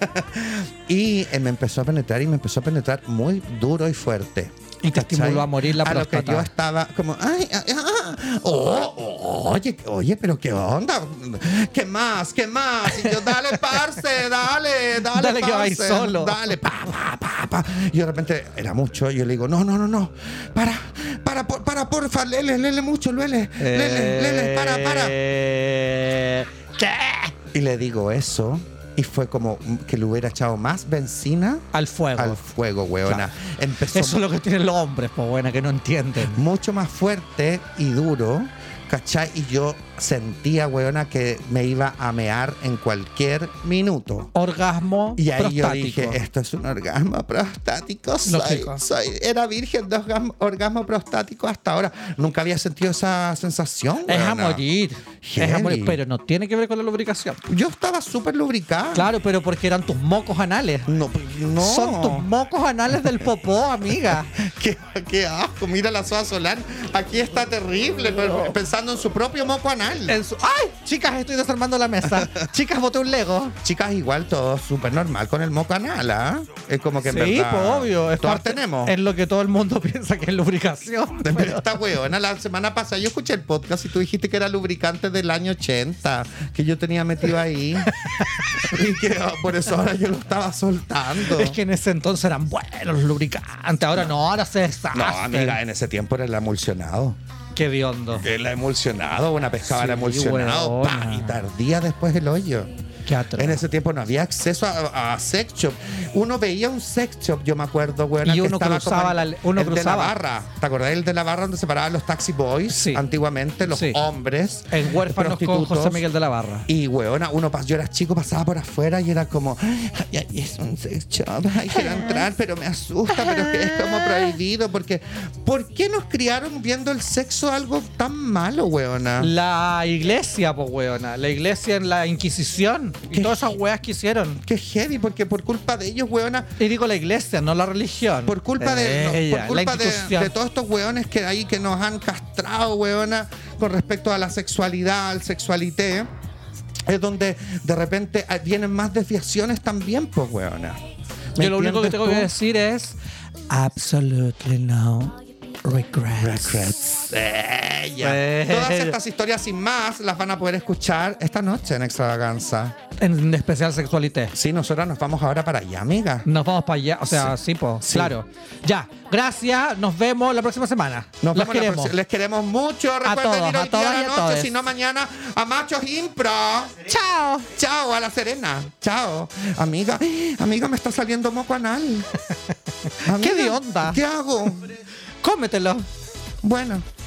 Speaker 2: y eh, me empezó a penetrar y me empezó a penetrar muy duro y fuerte.
Speaker 3: Y te
Speaker 2: ¿Cachai?
Speaker 3: estimuló a morir la
Speaker 2: A lo que
Speaker 3: próstata.
Speaker 2: yo estaba como, ay, ay, ay, Oh, oh, oye, oye, pero qué onda. ¿Qué más? ¿Qué más? Y yo, dale, parce, dale, dale.
Speaker 3: Dale que
Speaker 2: parce,
Speaker 3: vais solo.
Speaker 2: Dale, pa, pa, pa, pa. Y de repente era mucho. Y yo le digo, no, no, no, no. Para, para, por- para, porfa, lele, lele mucho, lele, lele, lele, para, para.
Speaker 3: Eh, ¿Qué?
Speaker 2: Y le digo eso. Y fue como que le hubiera echado más benzina
Speaker 3: Al fuego.
Speaker 2: al fuego, weona.
Speaker 3: Claro.
Speaker 2: Empezó
Speaker 3: Eso es lo que tienen los hombres, pues buena, que no entienden.
Speaker 2: mucho más fuerte y duro, ¿cachai? Y yo sentía, weona, que me iba a mear en cualquier minuto.
Speaker 3: Orgasmo
Speaker 2: Y ahí yo
Speaker 3: prostático.
Speaker 2: dije, esto es un orgasmo prostático. Soy,
Speaker 3: Lógico.
Speaker 2: soy- era virgen de orgasmo, orgasmo prostático hasta ahora. Nunca había sentido esa sensación.
Speaker 3: es a
Speaker 2: weona.
Speaker 3: morir. Es a
Speaker 2: Heavy.
Speaker 3: morir, pero no tiene que ver con la lubricación.
Speaker 2: Yo estaba súper lubricada.
Speaker 3: Claro, pero porque eran tus mocos anales.
Speaker 2: No, no.
Speaker 3: Son tus mocos anales del popó, amiga.
Speaker 2: Qué, qué asco, mira la Soa Solán. Aquí está terrible, pero pensando en su propio moco anal.
Speaker 3: En su- ¡Ay! Chicas, estoy desarmando la mesa. Chicas, boté un Lego.
Speaker 2: Chicas, igual todo súper normal con el moco anal, ¿ah? Es como que en
Speaker 3: sí,
Speaker 2: verdad.
Speaker 3: pues obvio. Es
Speaker 2: todas
Speaker 3: parte-
Speaker 2: tenemos.
Speaker 3: Es lo que todo el mundo piensa que es lubricación.
Speaker 2: Pero Esta weona, la semana pasada yo escuché el podcast y tú dijiste que era lubricante del año 80, que yo tenía metido ahí. y que ah, por eso ahora yo lo estaba soltando.
Speaker 3: Es que en ese entonces eran buenos los lubricantes. Ahora no, ahora se deshacen.
Speaker 2: No, amiga, en ese tiempo era el emulsionado.
Speaker 3: Qué hediondo.
Speaker 2: El emulsionado, una pescaba el
Speaker 3: Sí,
Speaker 2: emulsionado. pa,
Speaker 3: weona.
Speaker 2: y tardía después el hoyo.
Speaker 3: Qué atroz.
Speaker 2: En ese tiempo no había acceso a, a sex shop. Uno veía un sex shop, yo me acuerdo, weona,
Speaker 3: Y
Speaker 2: que
Speaker 3: uno
Speaker 2: estaba como
Speaker 3: cruzaba
Speaker 2: el-
Speaker 3: la- uno
Speaker 2: el de la
Speaker 3: cruzaba.
Speaker 2: barra. ¿Te acordás el de la barra donde se paraban los taxi boys?
Speaker 3: Sí.
Speaker 2: Antiguamente, los
Speaker 3: Sí.
Speaker 2: hombres.
Speaker 3: En Huérfanos con
Speaker 2: prostitutos.
Speaker 3: José Miguel de la Barra.
Speaker 2: Y weona, uno pas- yo era chico, pasaba por afuera y era como, ay, ay, es un sex shop, ay, quiero entrar, pero me asusta, pero es que es como prohibido, porque ¿por qué nos criaron viendo el sexo algo tan malo, weona?
Speaker 3: La iglesia, pues, weona. La iglesia en la Inquisición. Y
Speaker 2: ¿Qué?
Speaker 3: todas esas weas que hicieron.
Speaker 2: Qué heavy, porque por culpa de ellos, weona,
Speaker 3: Y digo la iglesia, no la religión. Eh,
Speaker 2: Por culpa de, no,
Speaker 3: Ella,
Speaker 2: por culpa
Speaker 3: la
Speaker 2: de-
Speaker 3: institución.
Speaker 2: de todos estos hueones que ahí que nos han castrado, hueona, con respecto a la sexualidad, al sexualité, es donde de repente ah, vienen más desviaciones también, pues, hueona. ¿Me
Speaker 3: Yo lo único que
Speaker 2: entiendes
Speaker 3: tengo
Speaker 2: tú?
Speaker 3: que decir es absolutely no regrets.
Speaker 2: Regrets. Ella.
Speaker 3: Eh.
Speaker 2: Todas estas historias y más las van a poder escuchar esta noche en Extravaganza.
Speaker 3: En especial sexualité.
Speaker 2: Sí, nosotras nos vamos ahora para allá, amiga.
Speaker 3: Nos vamos para allá, o sea, sí, po,
Speaker 2: Sí.
Speaker 3: claro. Ya, gracias, nos vemos la próxima semana.
Speaker 2: Nos
Speaker 3: Los
Speaker 2: vemos la
Speaker 3: queremos.
Speaker 2: próxima. Les queremos mucho. Recuerden
Speaker 3: todos,
Speaker 2: ir
Speaker 3: a
Speaker 2: hoy día
Speaker 3: todas
Speaker 2: a
Speaker 3: y a
Speaker 2: la
Speaker 3: todes.
Speaker 2: noche, si no mañana, a Machos Impro.
Speaker 3: Chao.
Speaker 2: Chao a la Serena. Chao. Amiga, amiga, me está saliendo moco anal. Amiga,
Speaker 3: de onda?
Speaker 2: ¿Qué hago?
Speaker 3: Cómetelo.
Speaker 2: Bueno.